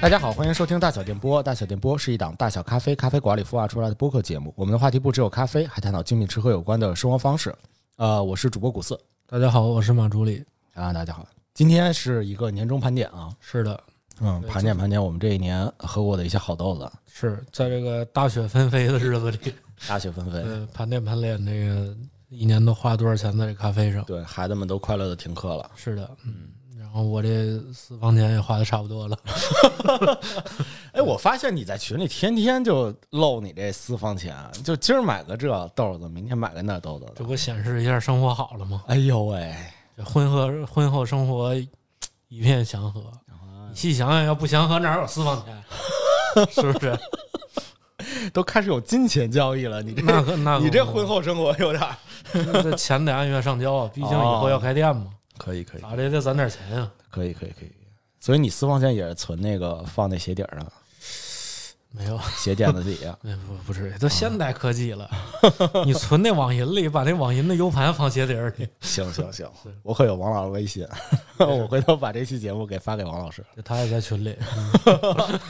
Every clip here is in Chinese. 大家好，欢迎收听大小电波。大小电波是一档大小咖啡咖啡馆里孵化出来的播客节目。我们的话题不只有咖啡，还探讨精品吃喝有关的生活方式。呃，我是主播古四大家好，我是马助理。啊，大家好，今天是一个年终盘点啊，是的，嗯，对盘点盘点我们这一年喝过的一些好豆子，是在这个大雪纷飞的日子 里，大雪纷飞。呃，盘点盘点这个一年都花多少钱在这咖啡上？对孩子们都快乐的停课了。是的，嗯，然后我这私房钱也花的差不多了。 哎，我发现你在群里天天就露你这私房钱，啊就今儿买个这豆子，明天买个那豆子这的。不显示一下生活好了吗？哎呦喂，这婚后婚后生活一片祥和，你细想想，要不祥和哪有私房 钱？是不是？都开始有金钱交易了，你这那可那可你这不婚后生活有点儿这钱得按月上交啊，毕竟以后要开店嘛，可以可以咋的也得攒点钱啊。可以可以可以。所以你私房钱也是存那个放那鞋底儿上， 没有，。鞋垫子底下哎，不不是，都现代科技了， 你存那网银里，把那网银的 U 盘放鞋底儿里，行行行， 我可有王老师微信， 我回头把这期节目给发给王老师他也在群里。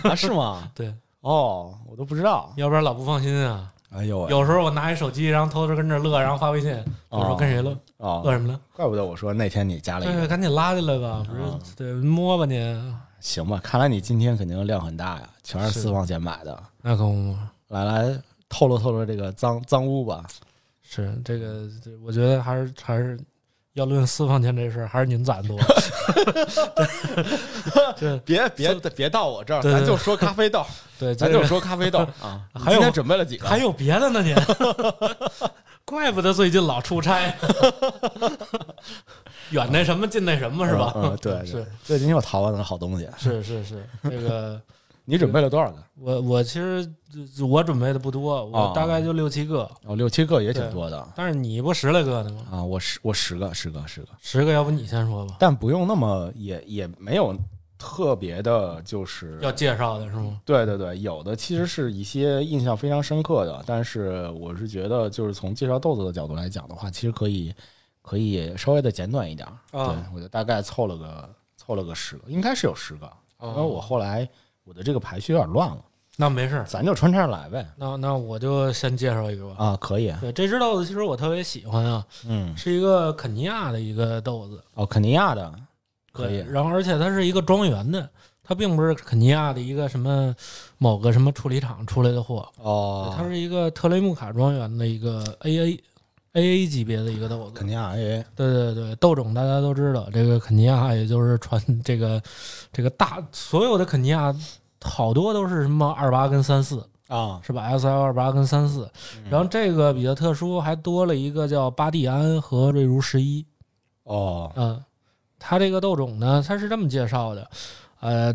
啊？是吗？对， 哦，我都不知道。要不然老不放心啊。哎呦喂，有时候我拿一手机，然后偷着跟这乐，然后发微信，我说跟谁乐？乐哦，什么乐？怪不得我说那天你加了一对，个，赶紧拉进来吧，不是对摸吧你？行吧？看来你今天肯定量很大呀，全是是私房钱买的。那可不嘛，来来，透露透露这个脏脏污吧。是这个，这我觉得还是还是要论私房钱这事儿，还是您攒多。对别别别到我这儿，对对咱就说咖啡豆，对，咱这就个说咖啡豆啊。你还有今天准备了几 个？还有别的呢您，怪不得最近老出 差，远那什么近那 什么是吧？嗯，嗯对，对是，最近又淘到了好东西。是是是，这个你准备了多少个？我我其实我准备的不多，哦我大概就六七个，哦，六七个也挺多的但是你不十来个呢吗？啊。我十我十个，十个，十个，十个，要不你先说吧？但不用那么也也没有特别的，就是要介绍的是吗？对对对，有的其实是一些印象非常深刻的，但是我是觉得，就是从介绍豆子的角度来讲的话，其实可以可以稍微的简短一点儿。对啊，我就大概凑了个凑了个十个，应该是有十个，因为哦我后来我的这个排序有点乱了，那没事儿，咱就穿插着来呗。那那我就先介绍一个吧。啊，可以，对，这只豆子其实我特别喜欢啊，嗯，是一个肯尼亚的一个豆子，哦，肯尼亚的，可以对，然后而且它是一个庄园的，它并不是肯尼亚的一个什么某个什么处理厂出来的货，哦它是一个特雷木卡庄园的一个 A A A A 级别的一个豆肯子。尼亚 A，对对对，豆种大家都知道，这个肯尼亚也就是传这个这个大所有的肯尼亚。好多都是什么二八跟三四啊，是吧？S L 二八跟三四，嗯然后这个比较特殊，还多了一个叫巴蒂安和瑞如十一。哦，嗯，它这个豆种呢，它是这么介绍的，呃，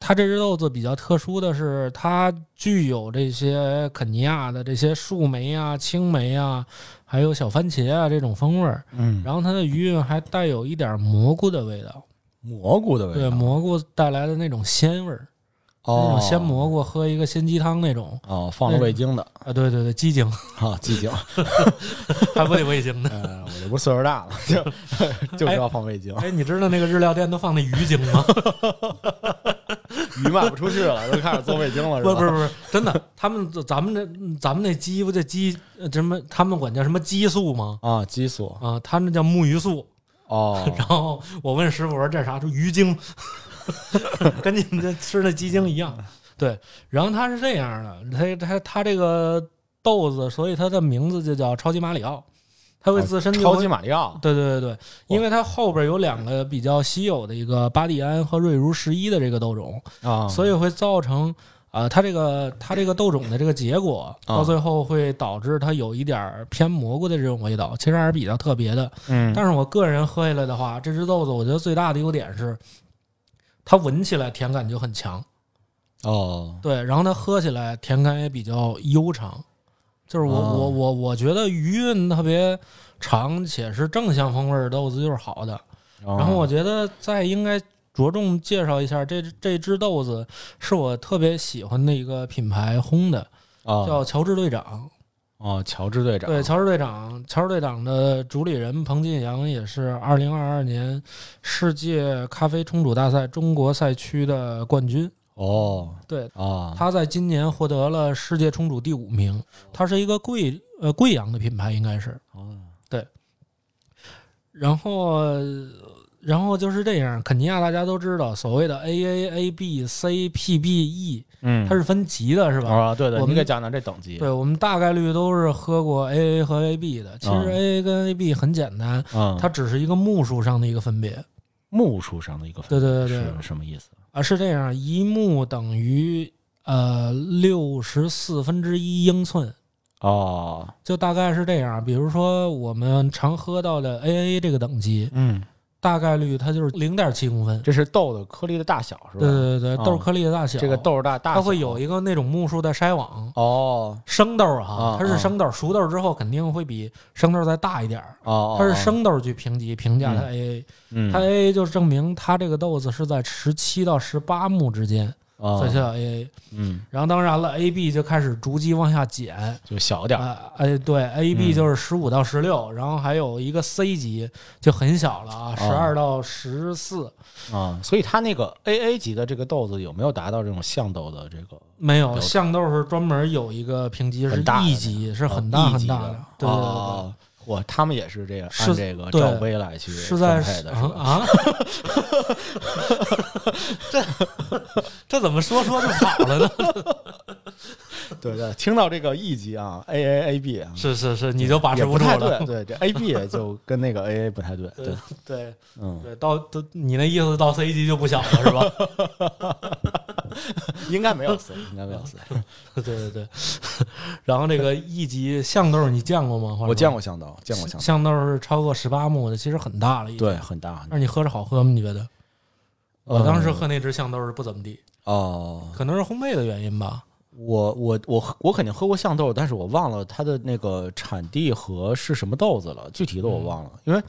它这只豆子比较特殊的是，它具有这些肯尼亚的这些树莓啊、青莓啊，还有小番茄啊这种风味儿，嗯，然后它的余韵还带有一点蘑菇的味道，蘑菇的味对道，蘑菇带来的那种鲜味儿，那哦，种鲜蘑菇喝一个鲜鸡汤那种哦，放了味精的啊，对对对，哎鸡精 啊，鸡精，还不得味精 呢。呃，我这不是岁数大 了， 就就知道放味精，哎，你知道那个日料店都放那鱼精吗？鱼卖不出去了，都开始做味精了，不是是吧？不是不是，真的， 他们咱们这咱们那鸡不叫鸡呃什么，他们管叫什么激素吗？啊，激素，啊，他那叫木鱼素。 哦，然后我问师傅我说这啥？说鱼精， 跟你们这吃的鸡精一样。对，然后它是这样的，它它它这个豆子，所以它的名字就叫超级马里奥，它会自身就哦超会级马里奥，对对对对，因为它后边有两个比较稀有的一个巴蒂安和瑞如十一的这个豆种，啊，所以会造成啊、呃它这个它这个豆种的这个结果，啊到最后会导致它有一点儿偏蘑菇的这种味道，其实还是比较特别的。嗯，但是我个人喝下来的话，这只豆子我觉得最大的优点是，它闻起来甜感就很强，哦，对，然后它喝起来甜感也比较悠长。就是我、哦我我我觉得余韵特别长且是正向风味儿的豆子就是好的，然然后我觉得再应该着重介绍一下这这只豆子，是我特别喜欢的一个品牌烘的，哦叫乔治队长。哦，乔治队长，对，乔治队长，乔治队长的主理人彭晋阳也是二零二二年世界咖啡冲煮大赛中国赛区的冠军。哦对，啊，它在今年获得了世界冲煮第五名，它是一个贵呃贵阳的品牌，应该是。哦然后，然后就是这样，肯尼亚大家都知道，所谓的 A A A B C P B E，嗯它是分级的，是吧？啊，对对，我你们给讲讲这等级，对，我们大概率都是喝过 AA 和 AB 的。其实嗯 AA 跟 AB 很简单，嗯，它只是一个目数上的一个分别。目数上的一个分对对对对是什么意思？啊，是这样，一目等于呃六十四分之一英寸，哦，就大概是这样。比如说我们常喝到的 AA 这个等级，嗯，大概率它就是零点七公分。这是豆的颗粒的大小是吧？对对对啊对，豆颗粒的大小，这个豆儿大大小，它会有一个那种目数的筛网。哦生豆啊啊，它啊是生豆，熟豆之后肯定会比生豆再大一点儿。哦，它是生豆去评级评价它 AA，嗯，它 AA 就证明它这个豆子是在十七到十八目之间哦才叫 AA。嗯，然后当然了，AB 就开始逐级往下减，就小点儿，啊，哎，对嗯，AB 就是十五到十六、然后还有一个 C 级就很小了啊，十哦二到十四、啊，所以它那个 AA 级的这个豆子有没有达到这种象豆的这个？没了有，解象豆是专门有一个评级是很大的 E 级，是很啊大 E 很级大的的，对对对对哦我他们也是这个按是这个对罩杯来去是在分配的，是吧？啊啊，这这怎么说说就跑了呢？ 对对，听到这个 E 级啊，A A A B 啊，是是是，你就把持也不住太了。对，对，这 A B 就跟那个 A A 不太对，对对，对嗯，对，到到你那意思到 C 级就不小了是吧？ 应该没有 C，应该没有 C，对对对。 然后这个 E 级象豆你见过吗？我见过，过象豆，见过象豆，象豆是超过十八目的，其实很大了已经。，对，很大，很大但是你喝着好喝吗？你觉得？我当时嗯喝那只象豆是不怎么地，哦，可能是烘焙的原因吧。我我我我肯定喝过象豆，但是我忘了它的那个产地和是什么豆子了，具体的我嗯忘了，因为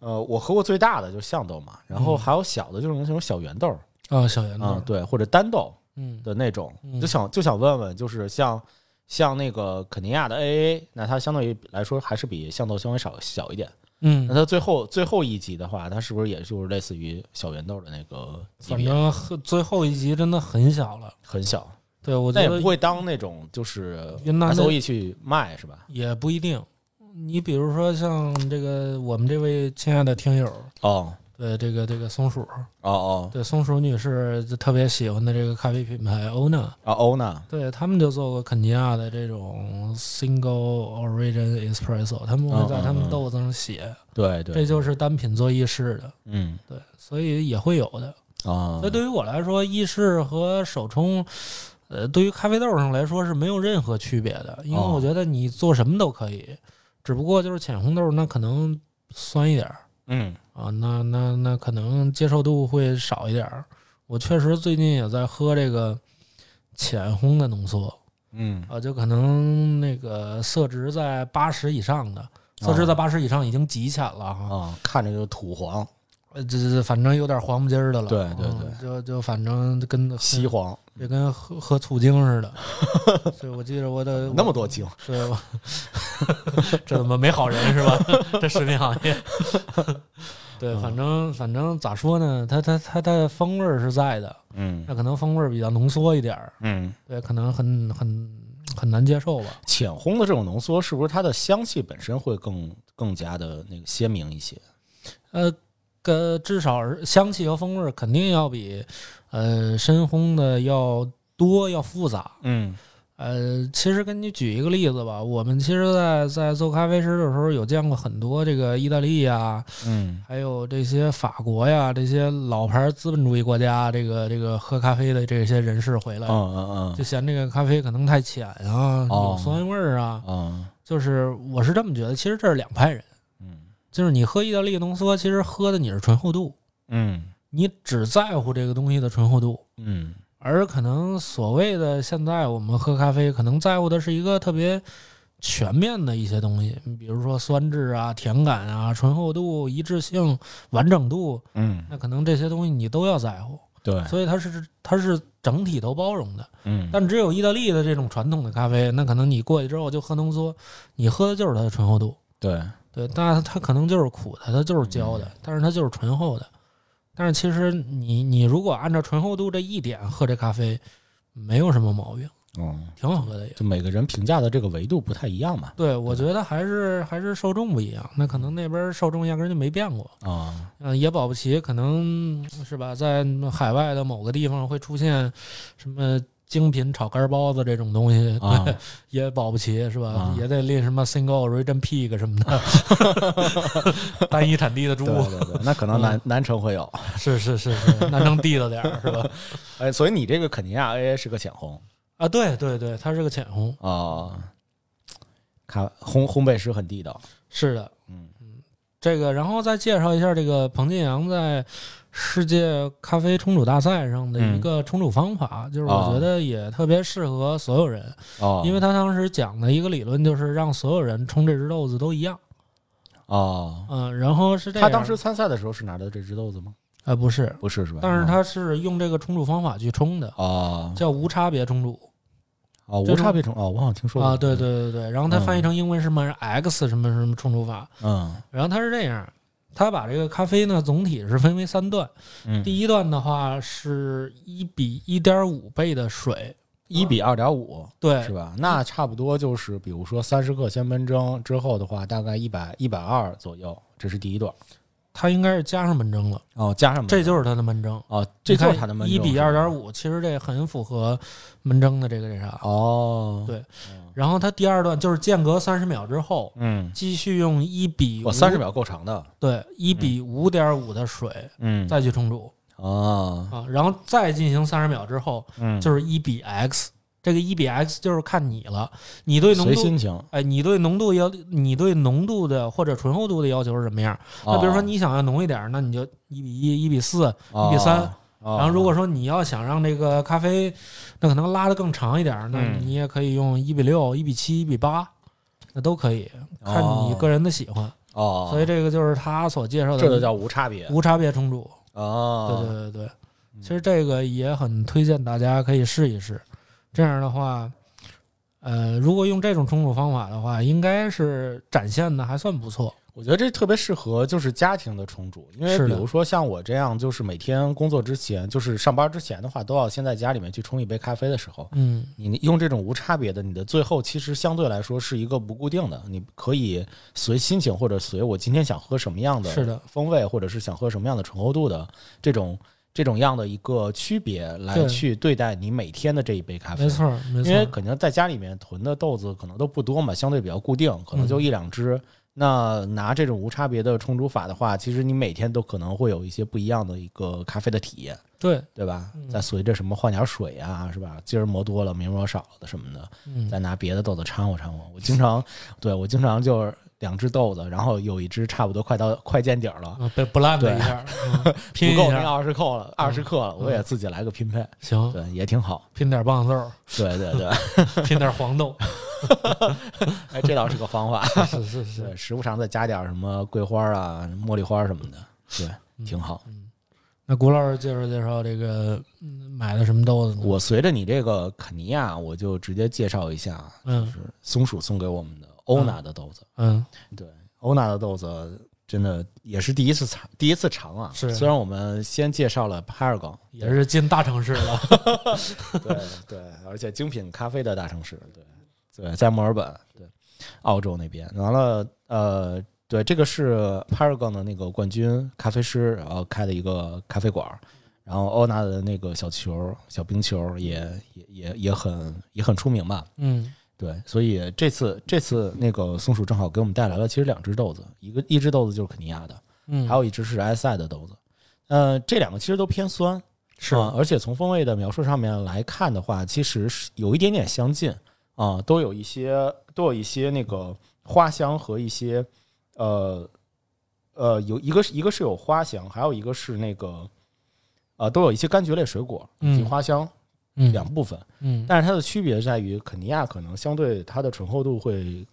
呃，我喝过最大的就是象豆嘛，然后还有小的就是那种小圆豆儿啊，小嗯圆啊豆，，对，或者单豆嗯，的那种，嗯就想就想问问，就是像像那个肯尼亚的 AA，那它相对于来说还是比象豆稍微少小一点，嗯那，它最后最后一级的话，它是不是也就是类似于小圆豆的那个级反别，正喝最后一集真的很小了。很小，对，我那觉也得不会当那种就是云南的 SOE 去卖是吧？也不一定。你比如说像这个我们这位亲爱的听友，哦对这个这个松鼠，哦哦对松鼠女士就特别喜欢的这个咖啡品牌欧娜，啊欧娜对他们就做过肯尼亚的这种 single origin espresso，他们嗯会在嗯他嗯们豆子上写，对这对，就是单品做意式的，嗯对，所以也会有的。啊所以对于我来说，意式和手冲，呃，对于咖啡豆上来说是没有任何区别的，因为哦我觉得你做什么都可以，只不过就是浅红豆那可能酸一点儿嗯啊，那那那可能接受度会少一点儿。我确实最近也在喝这个浅烘的浓缩嗯啊，就可能那个色值在八十以上的，色哦值在八十以上已经极浅了哈。啊，看着就土黄呃，这这反正有点黄不筋儿的了。对对嗯对就就反正跟西黄，这跟喝喝醋精 似的。所以我记得我的那么多精对吧？ 这怎么没好人是吧？这食品行业，嗯对，反正反正咋说呢？它它它它的风味儿是在的，嗯那可能风味儿比较浓缩一点儿，嗯，对，可能很很很难接受吧。浅烘的这种浓缩是不是它的香气本身会更更加的那个鲜明一些？呃，个至少是香气和风味儿肯定要比呃深烘的要多要复杂，嗯呃，其实跟你举一个例子吧，我们其实在，在做咖啡师的时候，有见过很多这个意大利呀，嗯还有这些法国呀，这些老牌资本主义国家，这个这个喝咖啡的这些人士回来，嗯嗯就嫌这个咖啡可能太浅啊，哦有酸味儿啊嗯。嗯就是我是这么觉得，其实这是两派人，嗯就是你喝意大利浓缩，其实喝的你是醇厚度，嗯你只在乎这个东西的醇厚度。嗯而可能所谓的现在我们喝咖啡，可能在乎的是一个特别全面的一些东西，比如说酸质啊、甜感啊、醇厚度、一致性、完整度，嗯，那可能这些东西你都要在乎，对，所以它是它是整体都包容的。嗯但只有意大利的这种传统的咖啡，那可能你过去之后就喝浓缩，你喝的就是它的醇厚度，对，嗯对，但它可能就是苦的，它就是焦的，但是它就是醇厚的。但是其实你你如果按照醇厚度这一点喝这咖啡，没有什么毛病，嗯，挺好喝的也。就每个人评价的这个维度不太一样嘛。对，我觉得还是还是受众不一样，那可能那边受众压根儿就没变过，啊，嗯，也保不齐可能是吧，在海外的某个地方会出现什么精品炒肝包子这种东西，啊对，也保不齐是吧，啊也得拎什么 single origin pig 什么的， 单一产地的猪对，对对，那可能南南城会有。是是是是，南城地道点儿是吧？哎，所以你这个肯尼亚 AA 是个浅烘啊，对对对，它是个浅红，啊，咖烘烘焙师很地道。是的，嗯这个，然后再介绍一下这个彭晋阳在世界咖啡冲煮大赛上的嗯一个冲煮方法，就是我啊觉得也特别适合所有人，哦，因为他当时讲的一个理论就是让所有人冲这只豆子都一样，哦，嗯、然后是这样，他当时参赛的时候是拿的这只豆子吗？呃不是，不是是吧？但是他是用这个冲煮方法去冲的，哦叫无差别冲煮哦这无种差别冲嗯哦，我好像听说过啊，对，对对对，然后他翻译成英文是什么 X 什么什么冲煮法，嗯然后它是这样，它把这个咖啡呢总体是分为三段，嗯，第一段的话是一比一点五倍的水，啊一比二点五对是吧？那差不多就是，比如说三十克鲜艪蒸之后的话，大概一百一百二左右，这是第一段。它应该是加上闷蒸了，哦，加上这就是它的闷蒸。哦，这就是它它的焖一比二点五五，其实这很符合闷蒸的这个这啥。哦，对然后它第二段就是间隔三十秒之后，嗯，继续用一比我五三十秒够长的，对一比五点五的水嗯再去冲煮哦，啊，然后再进行三十秒之后嗯就是一比 x，这个一比 x 就是看你了，你对浓随度心情。哎，你对浓度要，你对浓度的或者醇厚度的要求是什么样？那比如说你想要浓一点儿，那你就一比一、一比四、哦一比三。哦然后如果说你要想让这个咖啡，那可能拉的更长一点儿，那嗯你也可以用一比六、一比七、一比八，那都可以，看你个人的喜欢。哦，所以这个就是他所介绍的，这就叫无差别无差别冲煮。对哦，对对对，其实这个也很推荐大家可以试一试。这样的话，呃，如果用这种冲煮方法的话，应该是展现的还算不错。我觉得这特别适合就是家庭的冲煮，因为是比的如说像我这样，就是每天工作之前，就是上班之前的话，都要先在家里面去冲一杯咖啡的时候，嗯，你用这种无差别的，你的最后其实相对来说是一个不固定的，你可以随心情或者随我今天想喝什么样的是的风味，或者是想喝什么样的醇厚度的这种这种样的一个区别来对去对待你每天的这一杯咖啡。没错儿，没因错为儿，肯定在家里面囤的豆子可能都不多嘛，相对比较固定，可能就一两只。那拿这种无差别的冲煮法的话，其实你每天都可能会有一些不一样的一个咖啡的体验，对，对吧？再随着什么换点水啊，是吧？今儿磨多了，明儿磨少了的什么的，嗯，再拿别的豆子掺和掺和。我经常，对我经常就是两只豆子，然后有一只差不多快到快见底儿了，啊被不烂的对一下儿， 嗯拼不一够下那儿，二十克了，二十克了，我也自己来个拼配，行，对，也挺好。拼点儿棒豆儿，对对对，拼点儿黄豆， 哎，这倒是个方法。 是是是，对，时不常再加点儿什么桂花啊、茉莉花什么的，对，挺好。嗯那谷老师介绍介绍这个嗯买的什么豆子呢？我随着你这个肯尼亚，我就直接介绍一下，就嗯是松鼠送给我们的欧娜的豆子。嗯，对，欧娜的豆子真的也是第一次尝，第一次尝啊。是虽然我们先介绍了 Paragon，也是进大城 市了，对对，而且精品咖啡的大城市，对对，在墨尔本，对，澳洲那边。完了，呃，对，这个是 Paragon 的那个冠军咖啡师，然后开的一个咖啡馆儿。然后欧娜的那个小球、小冰球也也也也很也很出名吧，嗯对，所以这次这次那个松鼠正好给我们带来了其实两只豆子，一个一只豆子就是肯尼亚的，嗯，还有一只是埃塞的豆子，呃，这两个其实都偏酸，是啊，而且从风味的描述上面来看的话，其实是有一点点相近啊，都有一些都有一些那个花香和一些呃呃，有一个是一个是有花香，还有一个是那个呃，都有一些柑橘类水果以及嗯花香嗯两部分，嗯但是它的区别在于肯尼亚可能相对它的醇厚度会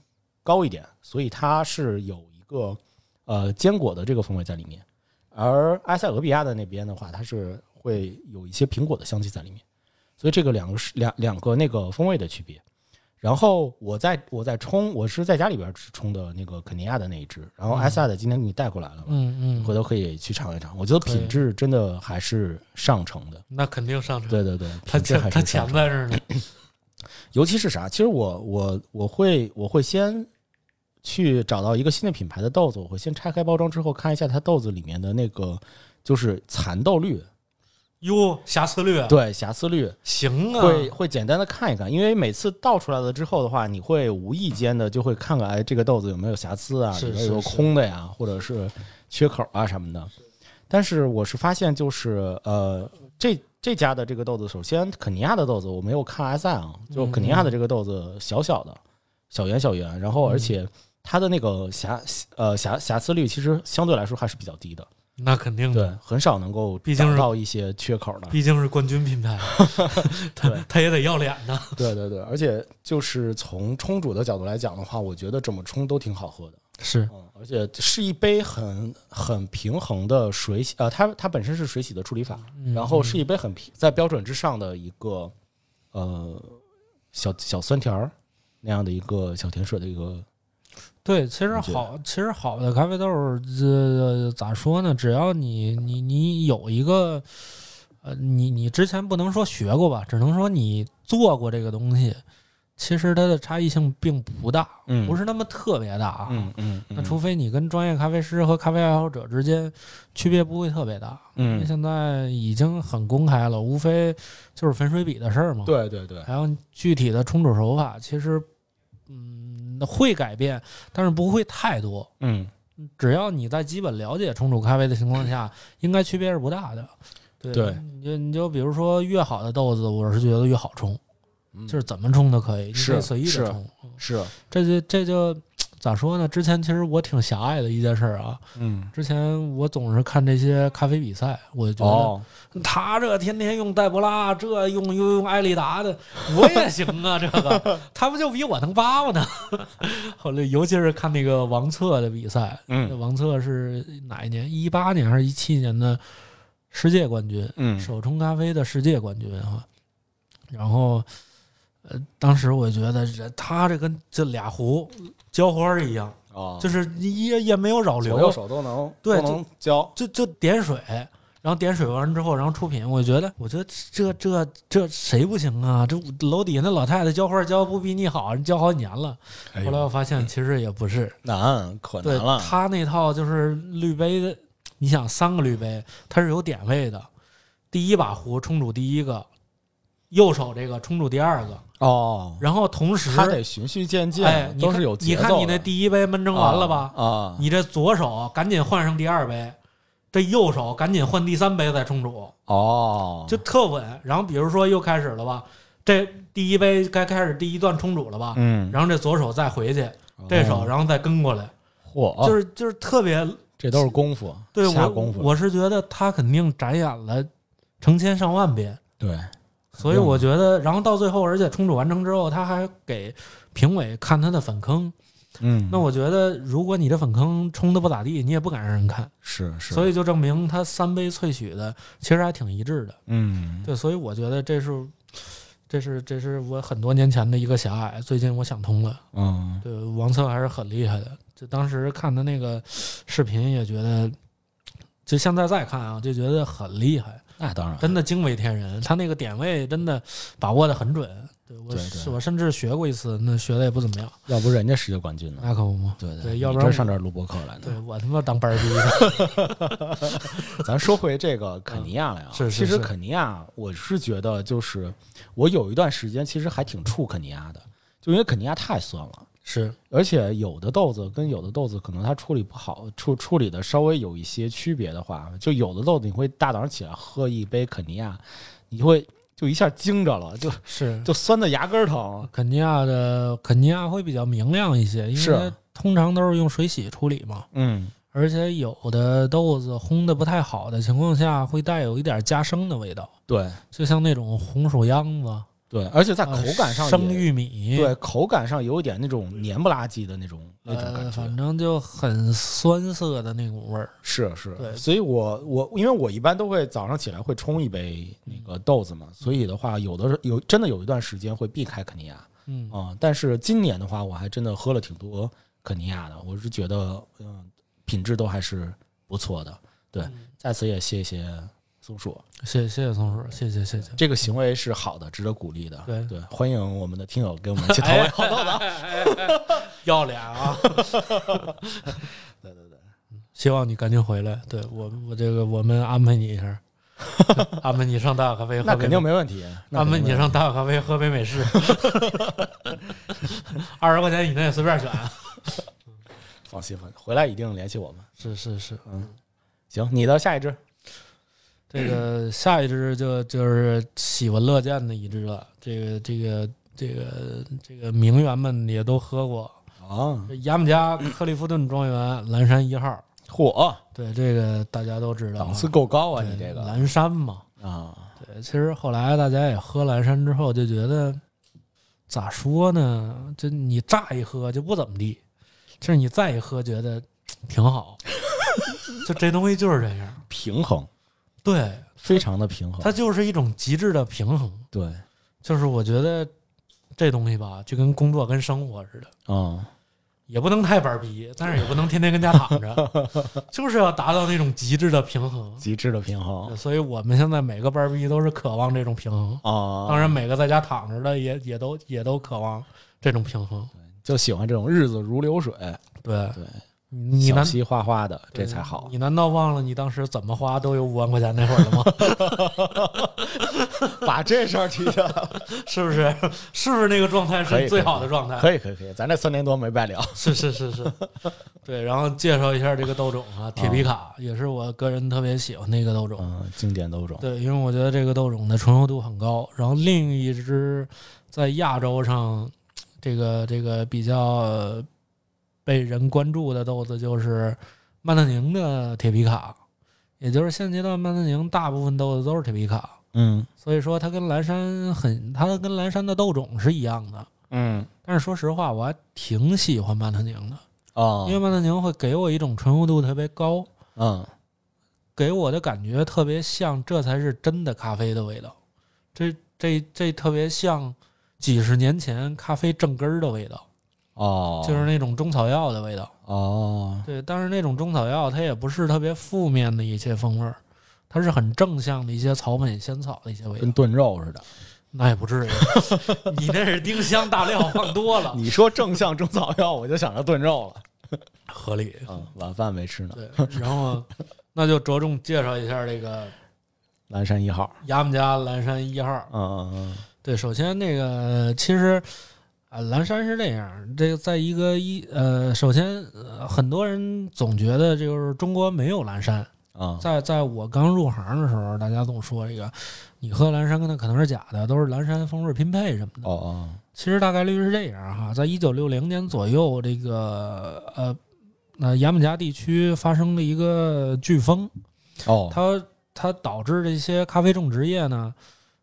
高一点，所以它是有一个呃坚果的这个风味在里面，而埃塞俄比亚的那边的话，它是会有一些苹果的香气在里面，所以这个两个是两两个那个风味的区别。然后我在我在冲，我是在家里边冲的那个肯尼亚的那一支，然后埃塞的今天给你带过来了嘛，嗯回嗯，头可以去尝一尝。我觉得可以品质真的还是上乘的，那肯定上车。对对对，他品质前还他是上前乘。在这 儿呢，尤其是啥？其实我我我会我会先去找到一个新的品牌的豆子，我会先拆开包装之后看一下它豆子里面的那个就是残豆率，哟，瑕疵率，对瑕疵率，啊行啊，会会简单的看一看，因为每次倒出来了之后的话，你会无意间的就会看看，哎，这个豆子有没有瑕疵啊，是里面有没有是是空的呀，或者是缺口啊什么的。但是我是发现，就是呃，这这家的这个豆子，首先肯尼亚的豆子我没有看埃塞啊，就肯尼亚的这个豆子小小的，小圆小圆，然后而且嗯它的那个瑕呃瑕瑕疵率其实相对来说还是比较低的，那肯定对的，，很少能够嗯毕竟找是到一些缺口的。毕竟是冠 军品牌，他对他也得要脸呐。 对对对，而且就是从冲煮的角度来讲的话，我觉得怎么冲都挺好喝的，是，嗯，而且是一杯很很平衡的水洗，呃，它它本身是水洗的处理法，嗯然后是一杯很平在标准之上的一个呃小小酸甜儿那样的一个小甜水的一个，对，其实你觉得好，其实好的咖啡豆儿，呃，咋说呢？只要你你你有一个，呃，你你之前不能说学过吧，只能说你做过这个东西，其实它的差异性并不大，嗯不是那么特别大啊。嗯嗯，那除非你跟专业咖啡师和咖啡爱好者之间区别不会特别大，因为嗯，现在已经很公开了，无非就是粉水比的事儿嘛。对对对，还有具体的冲煮手法，其实嗯会改变，但是不会太多。嗯。只要你在基本了解冲煮咖啡的情况下，应该区别是不大的。对，对你就你就比如说越好的豆子，我是觉得越好冲，嗯就是怎么冲都可以，你可以是随意是的冲。嗯是，这就这就咋说呢？之前其实我挺狭隘的一件事儿啊，嗯，之前我总是看这些咖啡比赛，我就觉得、哦，他这天天用黛博拉，这用又用艾丽达的，我也行啊！这个他不就比我能叭叭呢？ 后来尤其是看那个王策的比赛，嗯王策是哪一年？一八年还是一七年的世界冠军，嗯，手冲咖啡的世界冠军哈。然后，呃，当时我就觉得这他这跟这俩壶浇花儿一样，哦，就是也也没有扰流，左右手都能对都能教，就就点水，然后点水完之后，然后出品，我觉得，我觉得这这这谁不行啊？这楼底下那老太太浇花浇不比你好，人浇好几年了。哎后来呦我发现其实也不是，难可难对了，他那套就是滤杯的，你想三个滤杯，它是有点位的，第一把壶冲煮第一个，右手这个冲煮第二个，哦，然后同时它得循序渐进，哎，你都看是有节你奏看你的那第一杯闷蒸完了吧？啊啊你这左手赶紧换上第二杯，这右手赶紧换第三杯再冲煮，哦，就特稳。然后比如说又开始了吧，这第一杯该开始第一段冲煮了吧，嗯，哦然后这左手再回去，这手然后再跟过来，嚯，就是是就是特别这都是功夫，对哦下我功夫，我是觉得他肯定展演了成千上万遍，对，所以我觉得，然后到最后，而且冲煮完成之后，他还给评委看他的粉坑。嗯，那我觉得，如果你的粉坑冲的不咋地，你也不敢让人看。是是，所以以就证明它三杯萃取的其实还挺一致的。嗯，对，所以我觉得这是，这是这是我很多年前的一个狭隘，最近我想通了。嗯，对，王策还是很厉害的。就当时看他那个视频，也觉得，就现在再看啊，就觉得很厉害，那当然，真的惊为天人。他那个点位真的把握的很准。对我对啊对我甚至学过一次，那学的也不怎么样。要不人家世界冠军呢，那可不嘛。对哎对你要不然真我上这儿录播课来对呢。我他妈当班儿逼的。 咱说回这个肯尼亚来啊，嗯 是是其实是肯尼亚，我是觉得就是我有一段时间其实还挺怵肯尼亚的，就因为肯尼亚太酸了。是，而且有的豆子跟有的豆子可能它处理不好，处处理的稍微有一些区别的话，就有的豆子你会大早上起来喝一杯肯尼亚，你会就一下惊着了，就是就酸的牙根儿疼。肯尼亚的肯尼亚会比较明亮一些，因为是通常都是用水洗处理嘛，嗯，而且有的豆子烘的不太好的情况下，会带有一点夹生的味道，对就像那种红薯秧子，对，而且在口呃感上也、生玉米，对口感上有一点那种黏不拉几的那种那种呃，感觉。反正就很酸涩的那股味儿。是是，对所以我我因为我一般都会早上起来会嗯冲一杯那个豆子嘛，所以的话，有的有真的有一段时间会避开肯尼亚，嗯啊、但是今年的话，我还真的喝了挺多肯尼亚的，我是觉得嗯，品质都还是不错的。对嗯，在此也谢谢松鼠，谢谢谢谢松鼠，谢谢谢谢。这个行为是好的，值得鼓励的。嗯对对，欢迎我们的听友跟我们一起讨论好道的。哎 要脸啊！ 对对对，希望你赶紧回来。对我我这个我们安排你 一下，安排你上大咖啡喝 那杯，肯定没问题。那安排肯定没你问题上大咖啡喝杯 美式，二十块钱以内随便选。放心放心，回来一定联系我们。是是是，行，你的下一支，这个下一支就就是喜闻乐见的一支了。这个这个这个这个名媛们也都喝过，啊，这雅姆加克利夫顿庄园蓝山一号。嚯，对，这个大家都知道啊，档次够高啊！对你这个蓝山嘛，啊，对，其实后来大家也喝蓝山之后，就觉得咋说呢？就你乍一喝就不怎么地，就是你再一喝觉得 挺好，就这东西就是这样。平衡对，非常的平衡，它就是一种极致的平衡。对就是我觉得这东西吧，就跟工作跟生活似的，嗯啊，也不能太板儿逼，但是也不能天天跟家躺着， 就是要达到那种极致的平衡。极致的平衡所以我们现在每个班儿逼都是渴望这种平衡。啊，当然，每个在家躺着的也也都也都渴望这种平衡。就喜欢这种日子如流水，对对，你你小难溪哗哗的，对这才好。你难道忘了你当时怎么花都有五万块钱那会 儿了吗？把这事儿提 的，是不是？是不是那个状态可以是最好的状态？可以可以可以，咱这三年多没白聊。是是是是，对。然后介绍一下这个豆种啊，铁皮卡也是我个人特别喜欢的一个豆种。嗯，经典豆种，对，因为我觉得这个豆种的醇厚度很高。然后另一支在亚洲上，这个这个比较呃被人关注的豆子就是曼特宁的铁皮卡，也就是现阶段曼特宁大部分豆子都是铁皮卡，嗯所以说它跟蓝山很，它跟蓝山的豆种是一样的。嗯但是说实话，我还挺喜欢曼特宁的，啊因为曼特宁会给我一种醇厚度特别高，嗯给我的感觉特别像，这才是真的咖啡的味道。这这这特别像几十年前咖啡正根儿的味道，哦，就是那种中草药的味道。哦，对，但是那种中草药它也不是特别负面的一些风味儿，它是很正向的一些草本、仙草的一些味道跟。炖肉似的。那也不至于， 你那是丁香大料放多了，你说正向中草药，我就想着炖肉了。合理。嗯，晚饭没吃呢。对，然后那就着重介绍一下这个蓝山一号，雅姆家蓝山一号。嗯嗯嗯，对，首先那个其实啊，蓝山是这样，这个在一个一呃，首先、呃很多人总觉得就是中国没有蓝山，啊，在在我刚入行的时候，大家总说这个你喝蓝山跟那可能是假的，都是蓝山风味拼配什么的。哦哦，其实大概率是这样哈，在一九六零年左右，这个呃呃雅姆加地区发生了一个飓风，哦，它它导致这些咖啡种植业呢，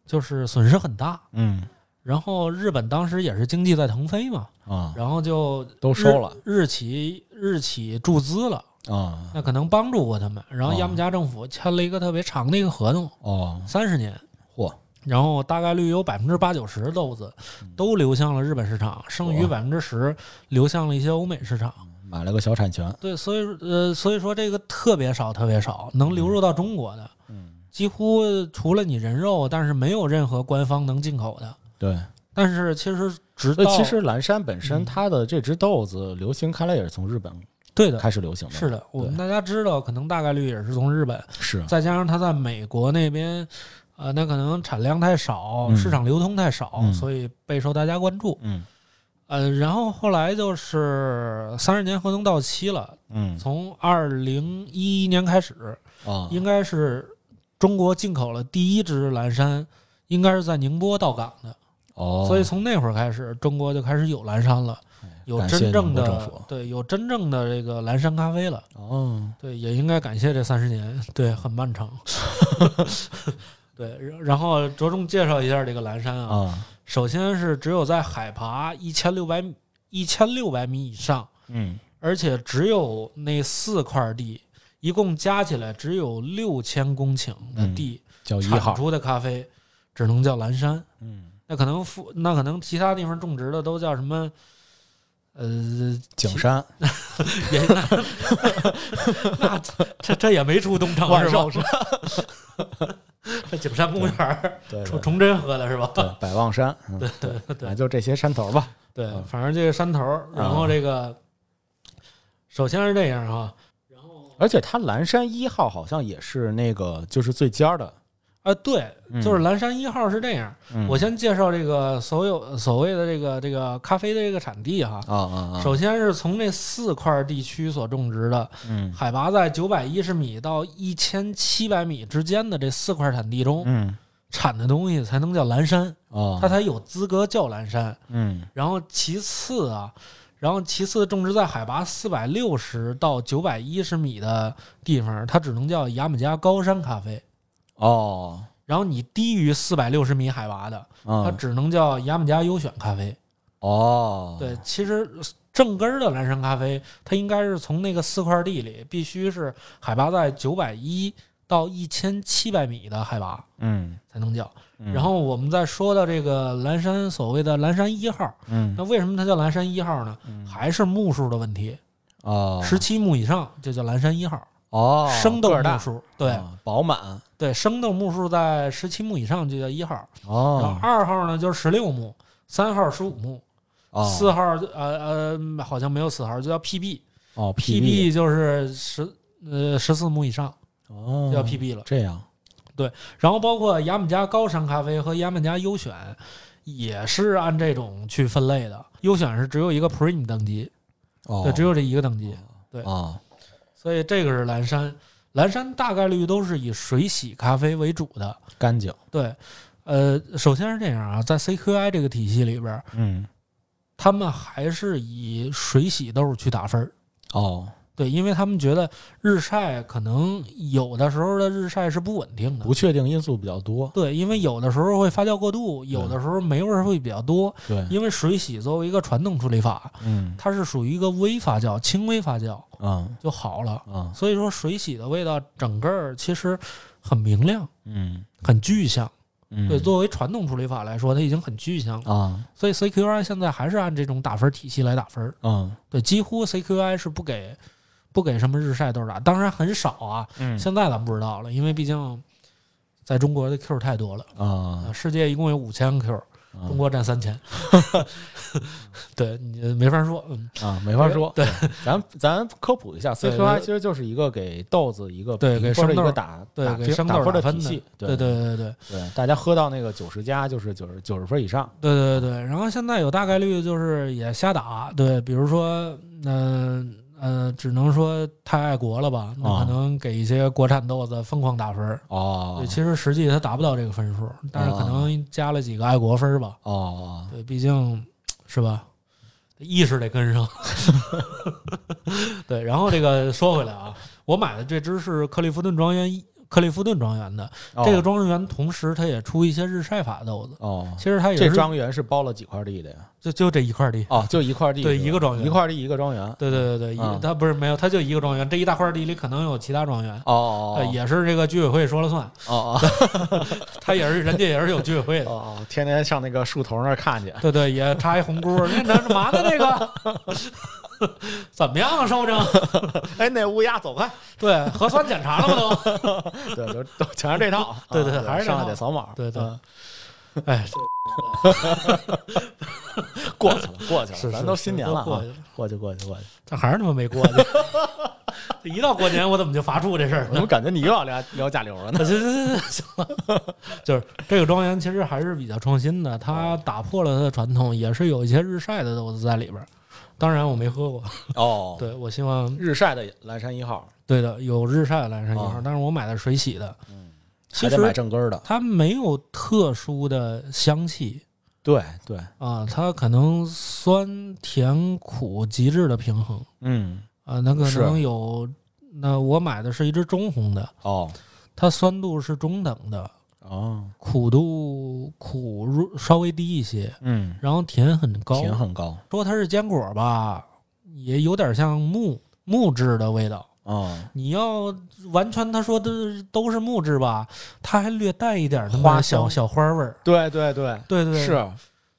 就是损失很大。嗯然后日本当时也是经济在腾飞嘛，啊，然后就都收了日日企日企注资了，啊，那可能帮助过他们。然后哦雅姆加政府签了一个特别长的一个合同，哦，三十年，嚯，嗯然后大概率有百分之八九十豆子都流向了日本市场，剩余百分之十流向了一些欧美市场。买了个小产权，对，所以呃，所以说这个特别少，特别少能流入到中国的，嗯，几乎除了你人肉，但是没有任何官方能进口的。对，但是其实直所到以呃其实蓝山本身嗯它的这只豆子流行开来也是从日本对的，开始流行的，是的，我们大家知道，可能大概率也是从日本，是，再加上它在美国那边，呃，那可能产量太少，嗯市场流通太少，嗯所以备受大家关注。嗯呃，然后后来就是三十年合同到期了，嗯从二零一一年开始，啊应该是中国进口了第一只蓝山，应该是在宁波到港的，哦，哎所以从那会儿开始，中国就开始有蓝山了，有感谢真正宁波的政府对，有真正的这个蓝山咖啡了。哦，对，也应该感谢这三十年，对，很 漫长。对，然然后着重介绍一下这个蓝山啊。啊，首先是只有在海拔一千六百一千六百米以上，嗯而且只有那四块地，一共加起来只有六千公顷的地、嗯叫一产号，出的咖啡，只能叫蓝山。嗯那可能附那可能其他地方种植的都叫什么？呃，景山、也那 那这这也没出东城万是吧寿？山， 这景山公园儿对 崇对崇真喝的是吧？对，百望山，嗯对对反正就这些山头吧。 对啊嗯，反正这个山头儿，然后这个首先是这样哈，然后而且它蓝山一号好像也是那个就是最尖儿的，啊，对，嗯就是蓝山一号是这样，嗯我先介绍这个所有所谓的这个这个咖啡的这个产地哈。啊啊啊，首先是从这四块地区所种植的，嗯海拔在九百一十米到一千七百米之间的这四块产地中嗯产的东西才能叫蓝山，啊，它才有资格叫蓝山。嗯然后其次啊，然后其次种植在海拔四百六十到九百一十米的地方，它只能叫牙买加高山咖啡。哦然后你低于四百六十米海拔的，它嗯只能叫牙买加优选咖啡。哦，对，其实正根儿的蓝山咖啡，它应该是从那个四块地里，必须是海拔在九百一到一千七百米的海拔嗯，才能叫。嗯然后我们再说到这个蓝山所谓的蓝山一号，嗯那为什么它叫蓝山一号呢？还是目数的问题，哦十七目以上就叫蓝山一号，哦生豆个儿目大数对啊饱满对，生豆目数在十七目以上就叫一号，然后哦二号呢就是十六目，三号十五目，哦四号呃呃好像没有四号，就叫 PB，PB 哦 PB 就是十呃十四目以上哦就叫 PB 了。这样然后包括牙买加高山咖啡和牙买加优选也是按这种去分类的，优选是只有一个 Prem 等级，哦对，只有这一个等级。啊所以这个是蓝山，蓝山大概率都是以水洗咖啡为主的。干净对，呃，首先是这样啊，在 CQI 这个体系里边儿，嗯他们还是以水洗豆去打分儿。哦对，因为他们觉得日晒可能有的时候的日晒是不稳定的不。确定因素比较多对，因为有的时候会发酵过度，有的时候霉味儿会比较多。对因为水洗作为一个传统处理法，嗯它是属于一个微发酵、轻微发酵啊就好了。啊所以说水洗的味道整个儿其实很明亮、嗯很具象。嗯对，作为传统处理法来说，它已经很具象了。啊所以 CQI 现在还是按这种打分体系来打分。嗯对，几乎 CQI 是不给不给什么日晒豆打，当然很少啊。嗯现在咱不知道了，因为毕竟在中国的 Q 太多了。啊啊，世界一共有五千 Q，中嗯国占 三千，对你没法说，嗯，啊，没法说。对， 咱咱科普一下对，CQI 其实就是一个给豆子一个对给评分的生豆一个打对打，给生打豆分打的分体的系，，对对对对对，对，大家喝到那个九十加就是九十九十分以上，对对对，然后现在有大概率就是也瞎打，对，比如说，嗯呃只能说太爱国了吧，那啊可能给一些国产豆子疯狂打分儿。哦对，其实实际它达不到这个分数，但啊是可能加了几个爱国分儿吧。哦，对，毕竟是吧，意识得跟上。 对，然后这个说回来啊，我买的这只是克利夫顿庄园一，克利夫顿庄园的哦这个庄园，同时它也出一些日晒法豆子。哦，其实它也这是庄园是包了几块地的呀？就就这一块地。哦，就一块地，对是吧一个庄园一块地一个庄园。对对对对，一嗯它不是没有，它就一个庄园，这一大块地里可能有其他庄园，哦哦呃哦也是这个居委会说 了算，哦哦它也是人家也是有居委会哦的。哦，天天上那个树头那儿看 去。对对，也插一红箍，那那干嘛呢？这个 怎么样啊，寿正？哎，那乌鸦走开！对，核酸检查了吗都？对，都都全是这套。啊 对对还是这上来套得扫码。对对嗯哎，过去了，过去是了，是咱都新年了都过啊去了，过去过去过去。这还是他妈没过去。 这一到过年，我怎么就发怵这事儿我怎呢么？感觉你又要聊聊甲流了 呢？行行行，行了，就是这个庄园其实还是比较创新的，哦它打破了它的传统，也是有一些日晒的豆子在里边儿。当然我没喝过， 哦， 对我希望日晒的蓝山一号，对的有日晒的蓝山一号啊，但是我买的水洗的，其嗯还得买实正根儿的。它没有特殊的香气对对，啊，它可能酸甜苦极致的平衡嗯，啊，那可是能有。那我买的是一只中红的，哦它酸度是中等的，哦，苦度苦入稍微低一些，嗯，然后甜很高。甜很高说它是坚果吧，也有点像木木质的味道，啊，你要完全他说的都是木质吧，它还略带一点他妈花小香小花味儿。对对对，对对，是。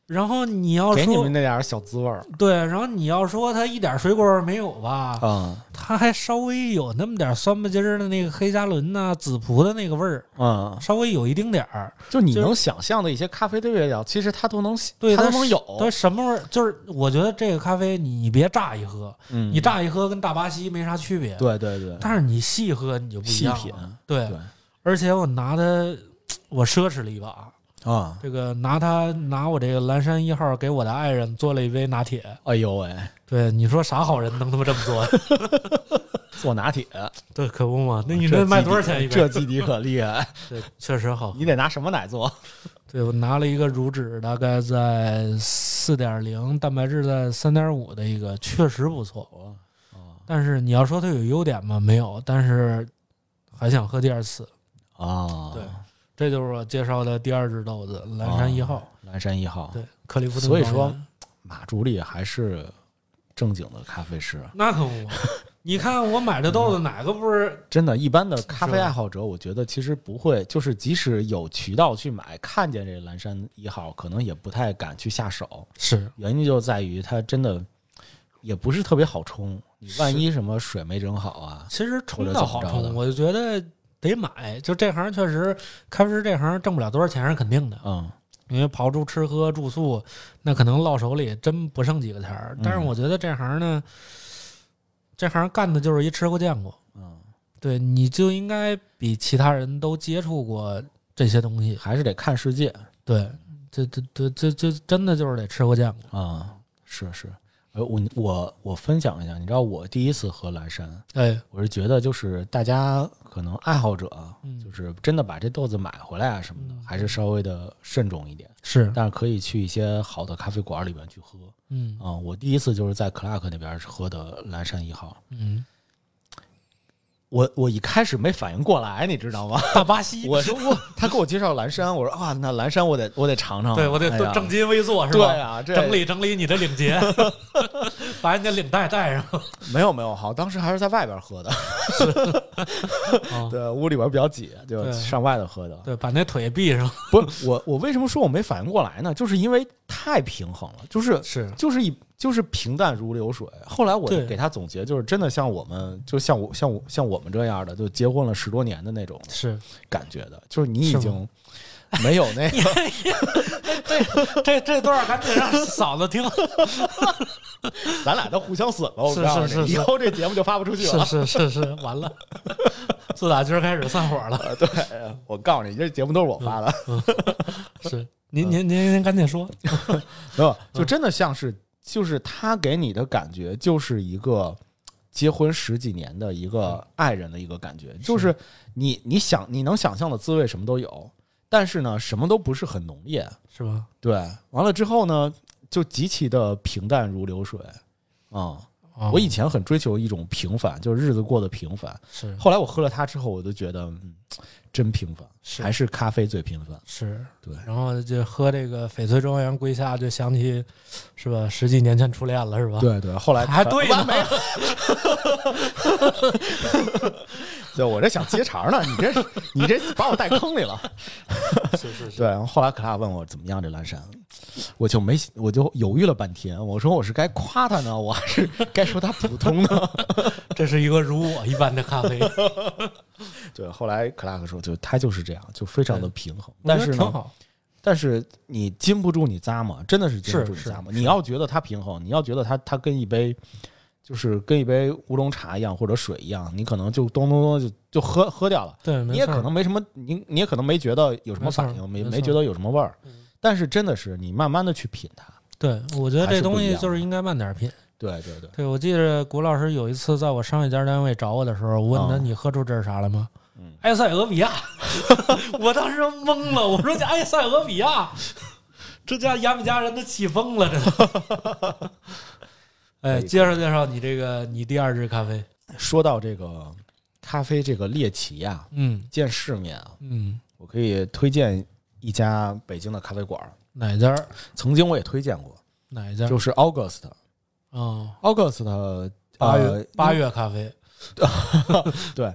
然后你要给你哦说们那点儿小滋味儿对，然后你要说它一点水果味儿没有吧，啊，它还稍微有那么点酸不唧儿的那个黑加仑呐、紫葡的那个味儿，嗯，稍微有一丁点儿。就你就是能想象的一些咖啡的味道，其实它都能，对，它它都能有。它什么味儿？就是我觉得这个咖啡你你别乍一喝，嗯，你乍一喝跟大巴西没啥区别。，对对对，但是你细喝你就不一细样啊品了。对对，而且我拿它，我奢侈了一把。啊，这个拿它拿我这个蓝山一号给我的爱人做了一杯拿铁。哎呦喂，对，你说啥好人能他妈这么做？ 做拿铁，对，可不嘛？那你这这卖基多少底钱一这杯？基底可厉害，对，确实好喝。你得拿什么奶 做？对我拿了一个乳脂大概在四点零，蛋白质在三点五的一个，确实不错。哦但是你要说它有优点吗？没有，但是还想喝第二次。啊，对，这就是我介绍的第二只豆子——蓝山一号。啊蓝山一号，对，克利夫顿。所以说，马助理还是正经的咖啡师。那可不 嘛，你看我买的嗯豆子哪个不是？真的，一般的咖啡是吧爱好者，我觉得其实不会，就是即使有渠道去买，看见这蓝山一号，可能也不太敢去下手。是原因就在于它真的也不是特别好冲，你万是一什么水没整好啊，其实或冲者怎到么好着的冲，我就觉得得买。就这行确实，咖啡师这行挣不了多少钱是肯定的，嗯因为刨出吃喝住宿，那可能落手里真不剩几个钱儿。但是嗯我觉得这行呢，这行干的就是一吃过见过，嗯，对，你就应该比其他人都接触过这些东西。还是得看世界对，这这这这这真的就是得吃过见过。啊，是是。呃，我我我分享一下，你知道我第一次喝蓝山，哎，我是觉得就是大家可能爱好者啊，嗯就是真的把这豆子买回来啊什么的，嗯还是稍微的慎重一点，是，但是可以去一些好的咖啡馆里边去喝嗯啊、我第一次就是在 Clark 那边喝的蓝山一号，嗯，我我一开始没反应过来，你知道吗？大巴西，我说啊我他给我介绍蓝山，我说啊，那蓝山我得我得尝尝啊，对我得哎多呀正襟危坐是对吧？啊，这整理整理你的 领结，把你的领带带上。没有没有，好，当时还是在外边喝 的，啊对，屋里边比较挤，就对上外头喝的。对，把那腿闭上。不是我，我为什么说我没反应过来呢？就是因为太平衡了，就是是，就是一就是平淡如流水。后来我对给他总结，就是真的像我们，就像我像我像我们这样的，就结婚了十多年的那种是，感觉的，就是你已是吗经没有那个这这这段儿赶紧让嫂子听。咱俩都互相损了。我是告诉 是你，是以是后这节目就发不出去是了。是是是，完 了。自打今儿开始散伙了，对，我告诉你，这节目都是我发嗯的， 是您您您您赶紧说，没有，嗯就真的像是，就是他给你的感觉就是一个结婚十几年的一个嗯爱人的一个感觉，就是你你想你能想象的滋味什么都有，但是呢，什么都不是很浓烈。 是吧？对，完了之后呢，就极其的平淡如流水。啊、啊我以前很追求一种平凡，就是日子过得平凡。是后来我喝了它之后，我就觉得，嗯，真平凡，是还是咖啡最平凡。是，对然后就喝这个翡翠庄园归下，就想起是吧？十几年前初恋了，是吧？，对对，后来啊还对完呢 美。， 对，我这想接茬呢，你这你这把我带坑里了。是是 是，对，然后后来可拉问我怎么样这蓝山，我就没我就犹豫了半天，我说我是该夸他呢，我还 是该说他普通 呢？这是一个如我一般的咖啡，对，后来克拉克说，就他就是这样，就非常的平衡。我觉但得是挺呢，好。但是你禁不住你咂摸，真的是禁不住你是咂摸。你要觉得它平衡，你要觉得它它跟一杯。就是跟一杯乌龙茶一样，或者水一样，你可能就咚咚咚就就喝喝掉了。对，没你也错可儿能没什么，你你也可能没觉得有什么没错反应，没没没错觉得有什么味儿嗯，但是真的是你慢慢的去品它，对，我觉得还是这不东一西样就是的应该慢点儿品。对对对，对，我记得谷老师有一次在我上一家单位找我的时候，我问他嗯你喝出这是啥来吗？嗯埃塞俄比亚， 我当时懵了，我说这埃塞俄比亚，这家亚美加人都气疯了，这。 哎，可以介绍介绍你这个你第二支咖啡，说到这个咖啡这个猎奇啊，嗯见世面啊，嗯，我可以推荐一家北京的咖啡馆儿，哪家儿曾经我也推荐过，哪家儿？就是嗯 August 哦， August 八呃月八月咖啡，对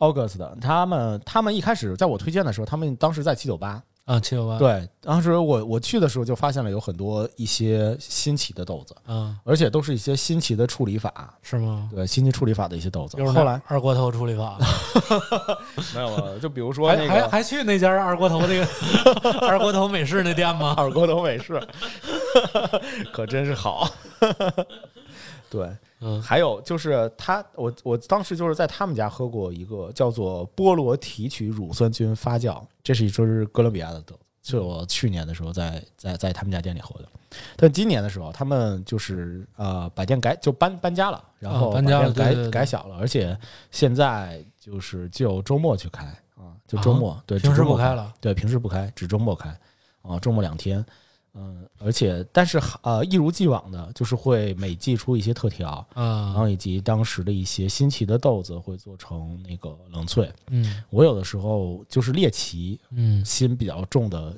，August，他们他们一开始在我推荐的时候，他们当时在七九八，啊，七九八，，对，当时我我去的时候就发现了有很多一些新奇的豆子，嗯，而且都是一些新奇的处理法，是吗？对，新奇处理法的一些豆子又。是那后来二锅头处理法，没有了，就比如说还还还去那家二锅头 那个二锅头美式那店吗？二锅头美式， 可真是好。 对，嗯还有就是他，我我当时就是在他们家喝过一个叫做菠萝提取乳酸菌发酵，这是一支哥伦比亚的豆子，是我去年的时候在在在他们家店里喝的。但今年的时候，他们就是呃把店改就搬搬家了，然后把啊搬家了店改对对对改小了，而且现在就是就周末去开啊，就周末、对，平只时周末不开了，对，平时不开，只周末开，啊，周末两天，嗯，而且但是呃，一如既往的，就是会每季出一些特调，然啊，后以及当时的一些新奇的豆子会做成那个冷萃。嗯我有的时候就是猎奇嗯心比较重的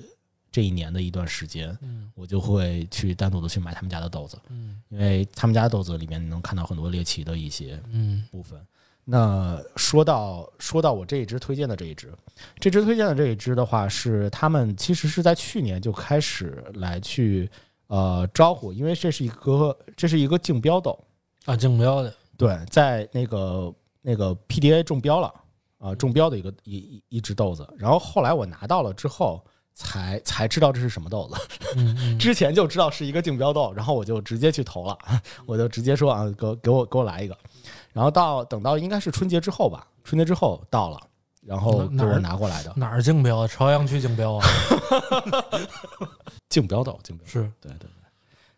这一年的一段时间，嗯我就会去单独的去买他们家的豆子，嗯因为他们家的豆子里面你能看到很多猎奇的一些嗯部分。那说到说到我这一支推荐的这一支，这支推荐的这一支的话，是他们其实是在去年就开始来去呃招呼，因为这是一个这是一个竞标斗，啊，竞标的，对，在那个那个 PDA 中标了啊、呃中标的一个一一一只豆子，然后后来我拿到了之后。才才知道这是什么豆子，嗯嗯 之前就知道是一个竞标豆，然后我就直接去投了，我就直接说啊，给我给我给我来一个，然后到等到应该是春节之后吧，春节之后到了，然后哪给儿我拿过来的哪儿竞标？朝阳区竞标啊？竞标豆，竞标豆是，对对对，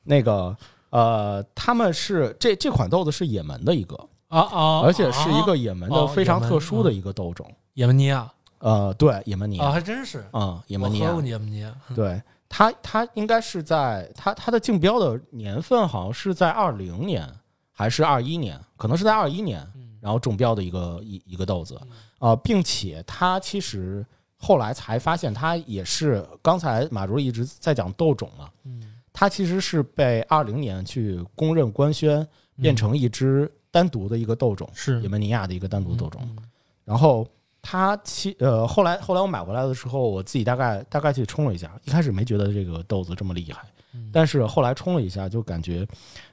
那个呃，他们是这这款豆子是也门的一个，啊啊，而且是一啊个也门的哦非常也门特殊的一个豆种，也门尼亚呃，对，也门尼啊，亚，还真是嗯，也我门尼喝亚嗯过，也门尼亚，对。它它应该是在它它的竞标的年份好像是在二零年还是二一年，可能是在二一年，嗯然后中标的一个一一个豆子，呃，并且它其实后来才发现，它也是刚才马如一直在讲豆种嘛，嗯，它其实是被二零年去公认官宣嗯变成一支单独的一个豆种，是也门尼亚的一个单独豆种。嗯然后它其呃后来后来我买回来的时候，我自己大概大概去冲了一下，一开始没觉得这个豆子这么厉害嗯，但是后来冲了一下，就感觉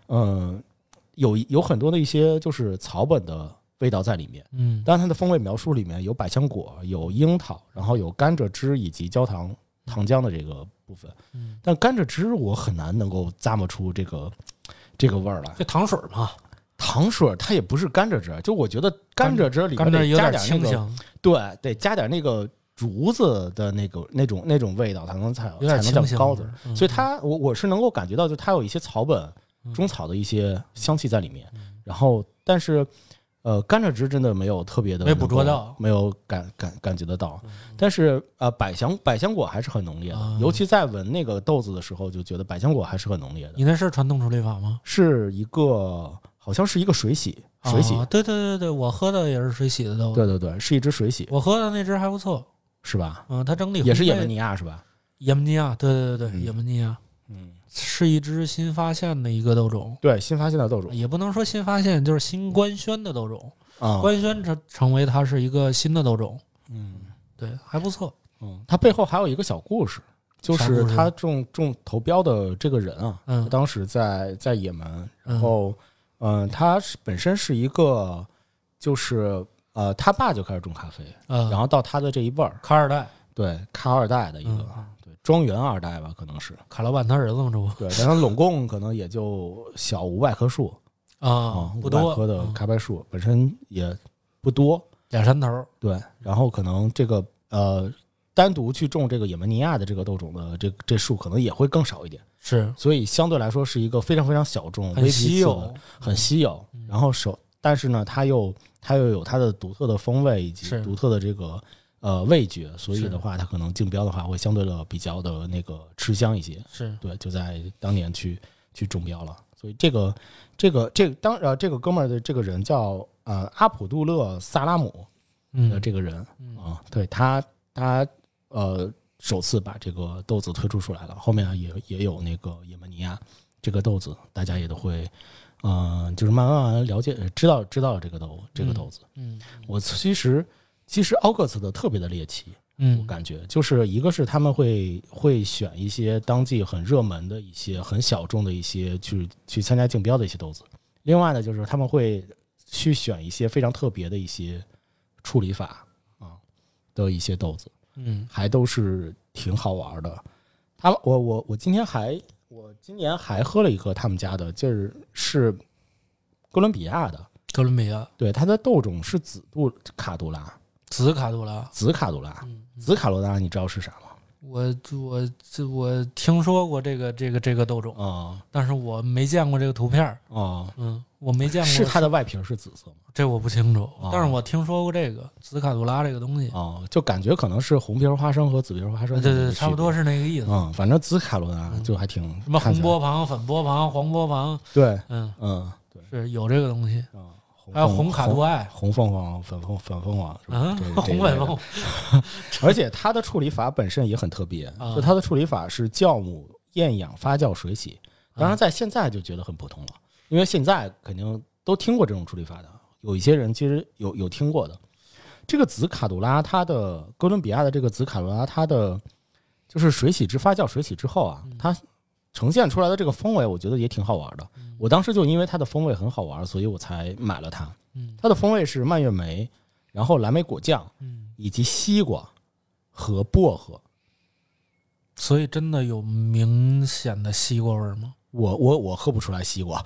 嗯、有有很多的一些就是草本的味道在里面。嗯但它的风味描述里面有百香果、有樱桃，然后有甘蔗汁以及焦糖糖浆的这个部分。嗯但甘蔗汁我很难能够咂摸出这个这个味儿来。就糖水嘛，糖水儿它也不是甘蔗汁，就我觉得甘蔗汁里甘面蔗得有加点点那清个，香，对，得加点那个竹子的那个那种那种味道，才能才有点才能清叫香高味子儿。。嗯所以它我我是能够感觉到，就它有一些草本中草的一些香气在里面。嗯然后，但是呃，甘蔗汁真的没有特别的没捕捉能够到嗯没有感感感觉得到。但是呃，百香百香果还是很浓烈的啊，尤其在闻那个豆子的时候，就觉得百香果还是很浓烈的。你那是传统处理法吗？是一个好像是一个水洗水洗啊，对对对对，我喝的也是水洗的豆子，对对对，是一只水洗我喝的那只还不错，是吧？嗯，它整体也是也门尼尼亚是吧？也门尼亚，对对对对，嗯也门尼亚嗯，是一只新发现的一个豆种。对，新发现的豆种也不能说新发现，就是新官宣的豆种，啊，官宣成成为它是一个新的豆种，嗯对，还不错。嗯，它背后还有一个小故事，就啥故是事他中中投标的这个人啊，嗯当时在在也门，然然后嗯，他是本身是一个就是呃，他爸就开始种咖啡，嗯，然后到他的这一辈儿，卡尔代，对，咖二代的一个嗯对庄园二代吧，可能是卡老板他儿子嘛，这不对，但他拢共可能也就小五百棵树啊，五不百多棵的嗯咖啡树本身也不多，俩山头，对，然后可能这个呃，单独去种这个也门尼亚的这个豆种的这这树，可能也会更少一点，是所以相对来说是一个非常非常小众、微很皮稀次有嗯的、，很稀有。然后手，但是呢，它又它又有它的独特的风味以及是独特的这个呃味觉，所以是的话，它可能竞标的话会相对的比较的那个吃香一些。是对，就在当年去去中标了。所以这个这个这个当呃这个哥们儿的这个人叫呃阿卜杜勒萨拉姆，的嗯这个人嗯啊，对他他呃首次把这个豆子推出出来了，后面也也有那个也门尼亚这个豆子，大家也都会嗯、就是慢慢慢慢了解、知道知道这个豆这个豆子。嗯我其实其实 August 的特别的猎奇，我嗯感觉就是一个是他们会会选一些当季很热门的一些很小众的一些去去参加竞标的一些豆子，另外呢就是他们会去选一些非常特别的一些处理法啊的一些豆子，嗯还都是挺好玩的。他我我我今天还我今年还喝了一个他们家的，就是是哥伦比亚的，哥伦比亚对它的豆种是紫杜卡杜拉，紫卡杜拉，紫卡杜拉，嗯，紫卡杜拉你知道是啥吗？我我这我听说过这个这个这个豆种，啊、但是我没见过这个图片儿，哦。嗯，我没见过，是它的外皮是紫色吗？这我不清楚哦，但是我听说过这个紫卡杜拉这个东西，哦，就感觉可能是红皮儿花生和紫皮儿花生的区对别，对对，差不多是那个意思。嗯，反正紫卡罗拉就还挺什么看红起来波旁、粉波旁、黄波旁，对，嗯，嗯对是有这个东西。啊，还有红红卡杜爱，红凤凰、粉凤粉凤凰是吧啊？ 这，红粉，凤这一类 的而且它的处理法本身也很特别，啊就它的处理法是酵母厌氧发酵水洗，啊当然在现在就觉得很普通了，因为现在肯定都听过这种处理法的，有一些人其实有有听过的。这个紫卡杜拉，它的哥伦比亚的这个紫卡杜拉，它的就是水洗之发酵水洗之后嗯啊，它呈现出来的这个风味，我觉得也挺好玩的。嗯我当时就因为它的风味很好玩，所以我才买了它嗯。它的风味是蔓越莓，然后蓝莓果酱嗯，以及西瓜和薄荷。所以真的有明显的西瓜味儿吗？我我我喝不出来西瓜，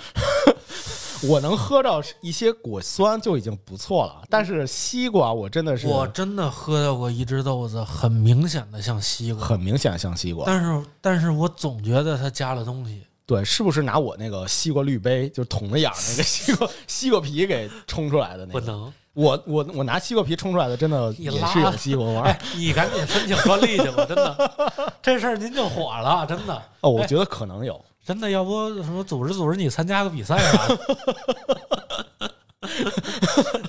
我能喝到一些果酸就已经不错了，但是西瓜我真的是啊我真的喝到过一只豆子，很明显的像西瓜，很明显像西瓜。但是但是我总觉得它加了东西。对，是不是拿我那个西瓜滤杯，就是捅的眼儿那个西瓜 西瓜皮给冲出来的那不个？能，我我我拿西瓜皮冲出来的，真的你也拉是有西瓜味儿哎。，你赶紧申请专利去 吧，真的，这事儿您就火了，真的。哦，我觉得可能有。真的，要不什么组织组织你参加个比赛啊啥的？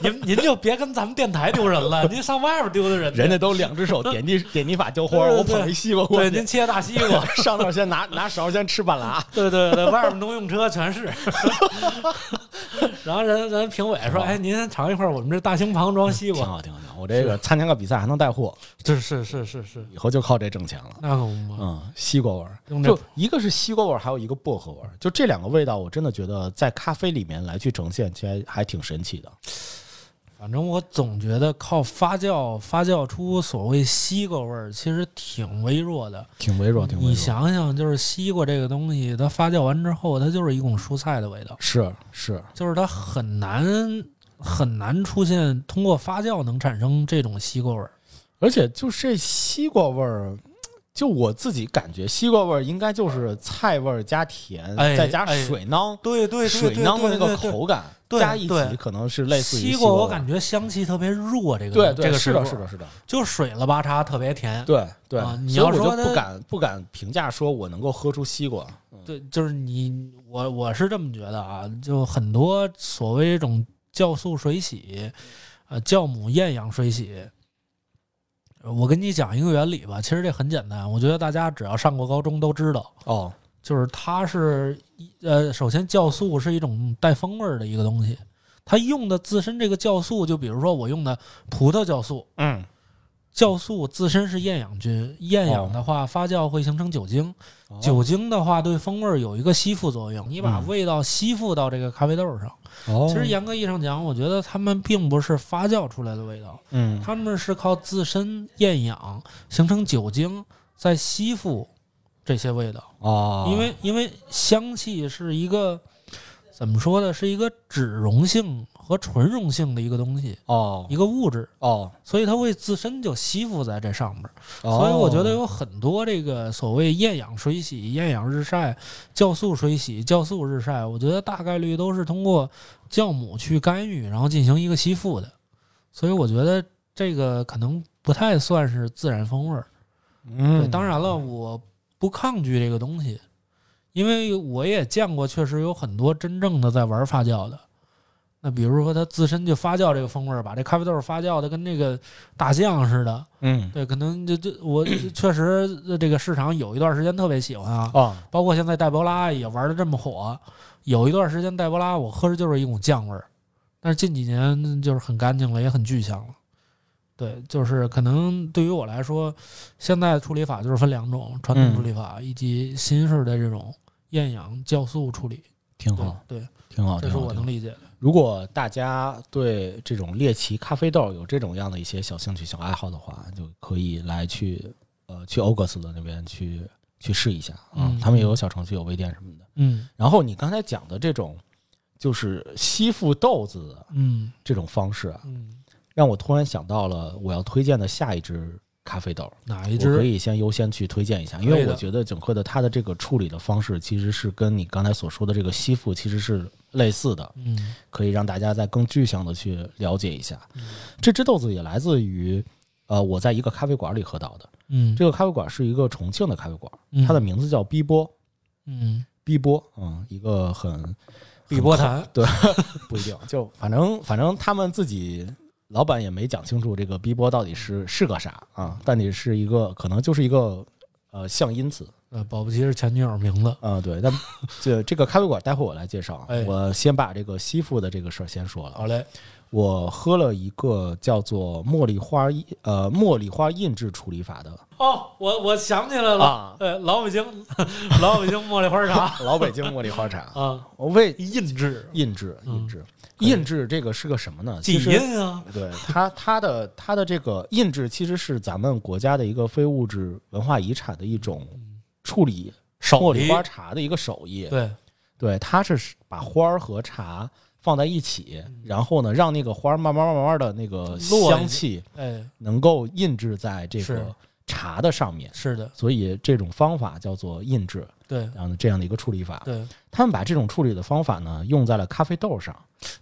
您您就别跟咱们电台丢人 了，您上外边丢的人去，人家都两只手点地点地法浇花儿，对对我对捧一西瓜过对您去，切大西 瓜，上那儿先拿拿勺先吃半拉。对对对，外边农用车全是。 然后人人评委哦说：“哎，您先尝一块儿我们这大兴旁装西挺 瓜。好，挺好，挺好。我这个参加个比赛还能带货，”这是是是是，以后就靠这挣钱了。那可不嘛。嗯，西瓜味儿用，这就一个是西瓜味儿，还有一个薄荷味儿，就这两个味道，我真的觉得在咖啡里面来去呈现，其实还挺神奇的。反正我总觉得靠发酵发酵出所谓西瓜味儿，其实挺微弱的。挺微弱，挺微你弱。想想，就是西瓜这个东西，它发酵完之后，它就是一种蔬菜的味道，是是，就是它很难很难出现通过发酵能产生这种西瓜味儿。而且就是这西瓜味儿，就我自己感觉，西瓜味儿应该就是菜味儿加甜，哎再加哎水囊、对对水囊的那个口感对加一对起，可能是类似于西瓜瓜味儿。我感觉香气特别弱，这个对对、这个是水的，果是的，，是的，就水了吧嚓，特别甜。对对、啊你所以我要说就不它敢不敢评价说我能够喝出西瓜。对，就是你我我是这么觉得啊，就很多所谓这种酵素水洗，呃，酵母厌氧水洗。呃我跟你讲一个原理吧，其实这很简单，我觉得大家只要上过高中都知道，哦，就是它是一呃，首先酵素是一种带风味儿的一个东西，它用的自身这个酵素，就比如说我用的葡萄酵素，嗯，酵素自身是厌氧菌，厌氧的话发酵会形成酒精，哦酒精的话对风味儿有一个吸附作用，你把嗯味道吸附到这个咖啡豆上。哦其实严格意义上讲，我觉得它们并不是发酵出来的味道，嗯，它们是靠自身厌氧形成酒精，再吸附这些味道。哦，因为因为香气是一个怎么说呢，是一个脂溶性和醇溶性的一个东西，哦一个物质，哦，所以它会自身就吸附在这上面。所所以我哦觉得有很多这个所谓厌氧水洗、厌氧日晒、酵素水洗、酵素日晒，我觉得大概率都是通过酵母去干预，然后进行一个吸附的。所以我觉得这个可能不太算是自然风味儿。对，嗯，当然了，我不抗拒这个东西，因为我也见过，确实有很多真正的在玩发酵的。那比如说它自身就发酵这个风味儿，把这咖啡豆发酵的跟那个大酱似的，嗯对，可能就就我确实呃这个市场有一段时间特别喜欢啊，哦，包括现在黛博拉也玩的这么火，有一段时间黛博拉我喝着就是一股酱味儿，但是近几年就是很干净了，也很具象了。对，就是可能对于我来说，现在处理法就是分两种：传统处嗯理法以及新式的这种厌氧酵素处理。挺对嗯好，对，挺好，这挺是好。我挺好能理解的。如果大家对这种猎奇咖啡豆有这种样的一些小兴趣、小爱好的话，就可以来去呃去 August 的那边去去试一下啊，嗯他们也有小程序、有微店什么的。嗯然后你刚才讲的这种就是吸附豆子的嗯这种方式啊，嗯，让我突然想到了我要推荐的下一支咖啡豆。哪一我可支？以先优先去推荐一下，因可以为的我觉得整个的它的这个处理的方式其实是跟你刚才所说的这个吸附其实是类似的，嗯可以让大家再更具象的去了解一下。这只豆子也来自于，呃，我在一个咖啡馆里喝到的。嗯，这个咖啡馆是一个重庆的咖啡馆，它的名字叫碧波，嗯碧波，嗯，一个 很碧波潭不一定，就反正反正他们自己老板也没讲清楚这个碧波到底是是个啥啊，但你是一个可能就是一个呃象音词，呃，保不齐是前女友名字。啊、对，但这这个咖啡馆待会儿我来介绍啊哎，我先把这个西服的这个事儿先说了。好嘞，我喝了一个叫做茉莉花印呃茉莉花印制处理法的哦，我我想起来了，啊呃，老北京， 老北京茉莉花茶老北京茉莉花茶， 啊，我为印制印制嗯印制可以印制这个是个什么呢？几其实印啊，对它它的它的这个印制其实是咱们国家的一个非物质文化遗产的一种处理手茉莉艺花茶的一个手艺。对，对，它是把花儿和茶放在一起，然后呢，让那个花儿慢慢慢慢的那个嗯落下香气哎，能够印制在这是个茶的上面，是的，所以这种方法叫做印制，对然后这样的一个处理法。对。他们把这种处理的方法呢，用在了咖啡豆 上，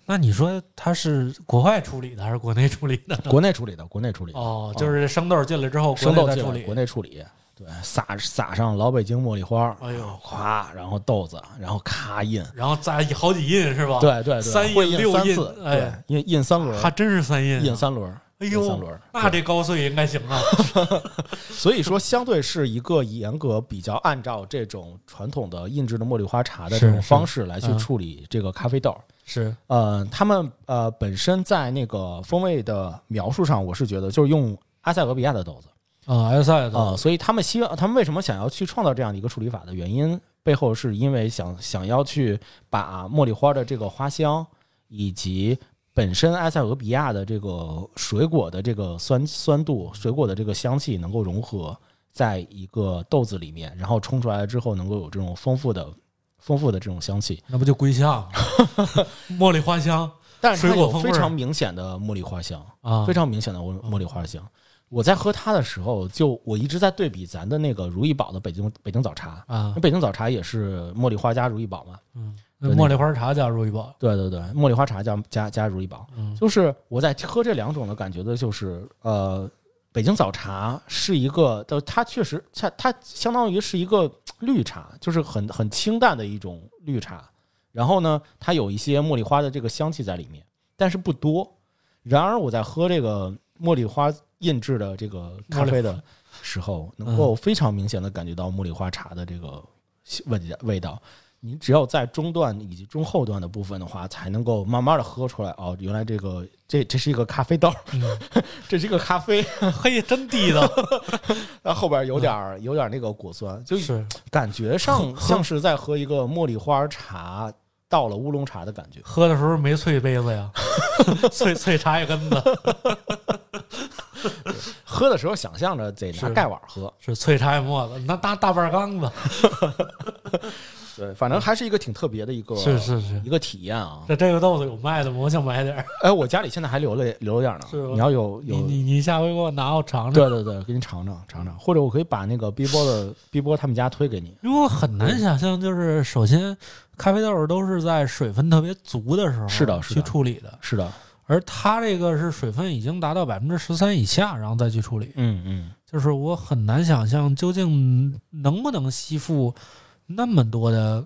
那你说它是国外处理的还是国内处理 的？国内处理的，国内处理的，哦，就是这生豆进来之后，国生内豆再进处来，理国。内处理。对，撒撒上老北京茉莉花，哎呦，咵，然后豆子，然后咔印，然后再好几印是吧？，对对对，三印会印六三印次，哎对，印印三轮还儿，真是三印啊。印三轮儿，哎印三呦轮儿，那这高碎应该行啊。所以说，相对是一个严格比较按照这种传统的印制的茉莉花茶的这是种是方式来去嗯处理这个咖啡豆。 是，呃，他们呃本身在那个风味的描述上，我是觉得就是用埃塞俄比亚的豆子啊，埃塞啊、的，所以他们希望他们为什么想要去创造这样的一个处理法的原因，背后是因为想想要去把茉莉花的这个花香以及本身埃塞俄比亚的这个水果的这个酸酸度、水果的这个香气能够融合在一个豆子里面，然后冲出来之后能够有这种丰富的、丰富的这种香气。那不就归向 吗茉莉花香但是它水果有风非味儿常明显的茉莉花香，啊？非常明显的茉茉莉花香。我在喝它的时候，就我一直在对比咱的那个如意宝的北京北京早茶，啊那，北京早茶也是茉莉花加如意宝嘛？嗯，对那那茉莉花茶加入一包，对对对，茉莉花茶加加加如意宝，嗯就是我在喝这两种的感觉的，就是呃，北京早茶是一个，就它确实它它相当于是一个绿茶，就是很很清淡的一种绿茶。然后呢，它有一些茉莉花的这个香气在里面，但是不多。然而我在喝这个茉莉花印制的这个咖啡的时候，能够非常明显的感觉到茉莉花茶的这个味味道。你只有在中段以及中后段的部分的话，才能够慢慢的喝出来哦，原来这个这这是一个咖啡豆， 这是一个咖啡， 嘿，真地 道，然后后嗯边有点儿、有点儿那个果酸，就是感觉上像是在喝一个茉莉花茶到了乌龙茶的感觉。喝的时候没碎杯子呀， 碎碎茶叶根子，喝的时候想象着得拿是盖碗喝，是碎茶叶沫子，那大大半缸子，对，反正还是一个挺特别的一个是是是一个体验啊。这这个豆子有卖的吗？我想买点儿，哎，我家里现在还留了留了点儿呢是吗，你要有你有你你下回给我拿，我尝尝。对对对，给你尝尝尝尝，或者我可以把那个 B 波的 B 波他们家推给你。因为我很难想象，就是首先，咖啡豆都是在水分特别足的时候是的是去的处理的，是的，而它这个是水分已经达到百分之十三以下，然后再去处理。嗯嗯，就是我很难想象究竟能不能吸附那么多的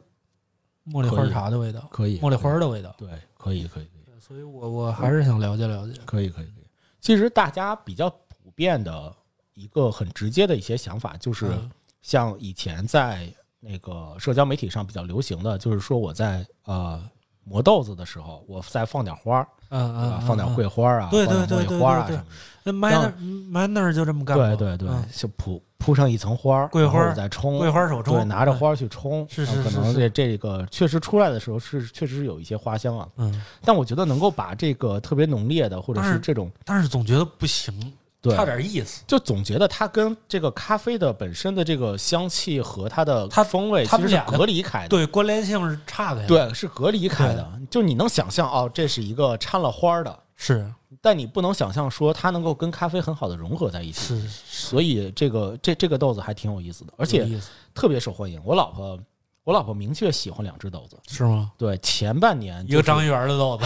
茉莉花茶的味道，可以，茉莉花的味道。对，可以可以可以，所以我我还是想了解了解。可以，可以，可以。其实大家比较普遍的一个很直接的一些想法，就是嗯像以前在那个社交媒体上比较流行的，就是说我在呃磨豆子的时候，我再放点花儿，嗯对吧嗯，放点桂花儿啊，对对放点对茉对莉花儿啊对对什么的。那 Manner Manner 就这么干过。对对对嗯，就铺铺上一层花儿，桂花儿然后再冲桂花手对，冲，嗯拿着花儿去冲，是然后是可是能是这这个确实出来的时候是确实是有一些花香啊，嗯。嗯，但我觉得能够把这个特别浓烈的或者但是是这种但是总觉得不行，对差点意思。就总觉得它跟这个咖啡的本身的这个香气和它的它风味它其们实是俩的隔离开的，对，关联性是差的呀。，对，是隔离开的。就你能想象哦，这是一个掺了花儿的，是但你不能想象说它能够跟咖啡很好的融合在一起。是是，所以这个这这个豆子还挺有意思的，而而且特别受欢迎。我老婆我老婆明确喜欢两只豆子，是吗？对，前半年一 个张一元的豆子，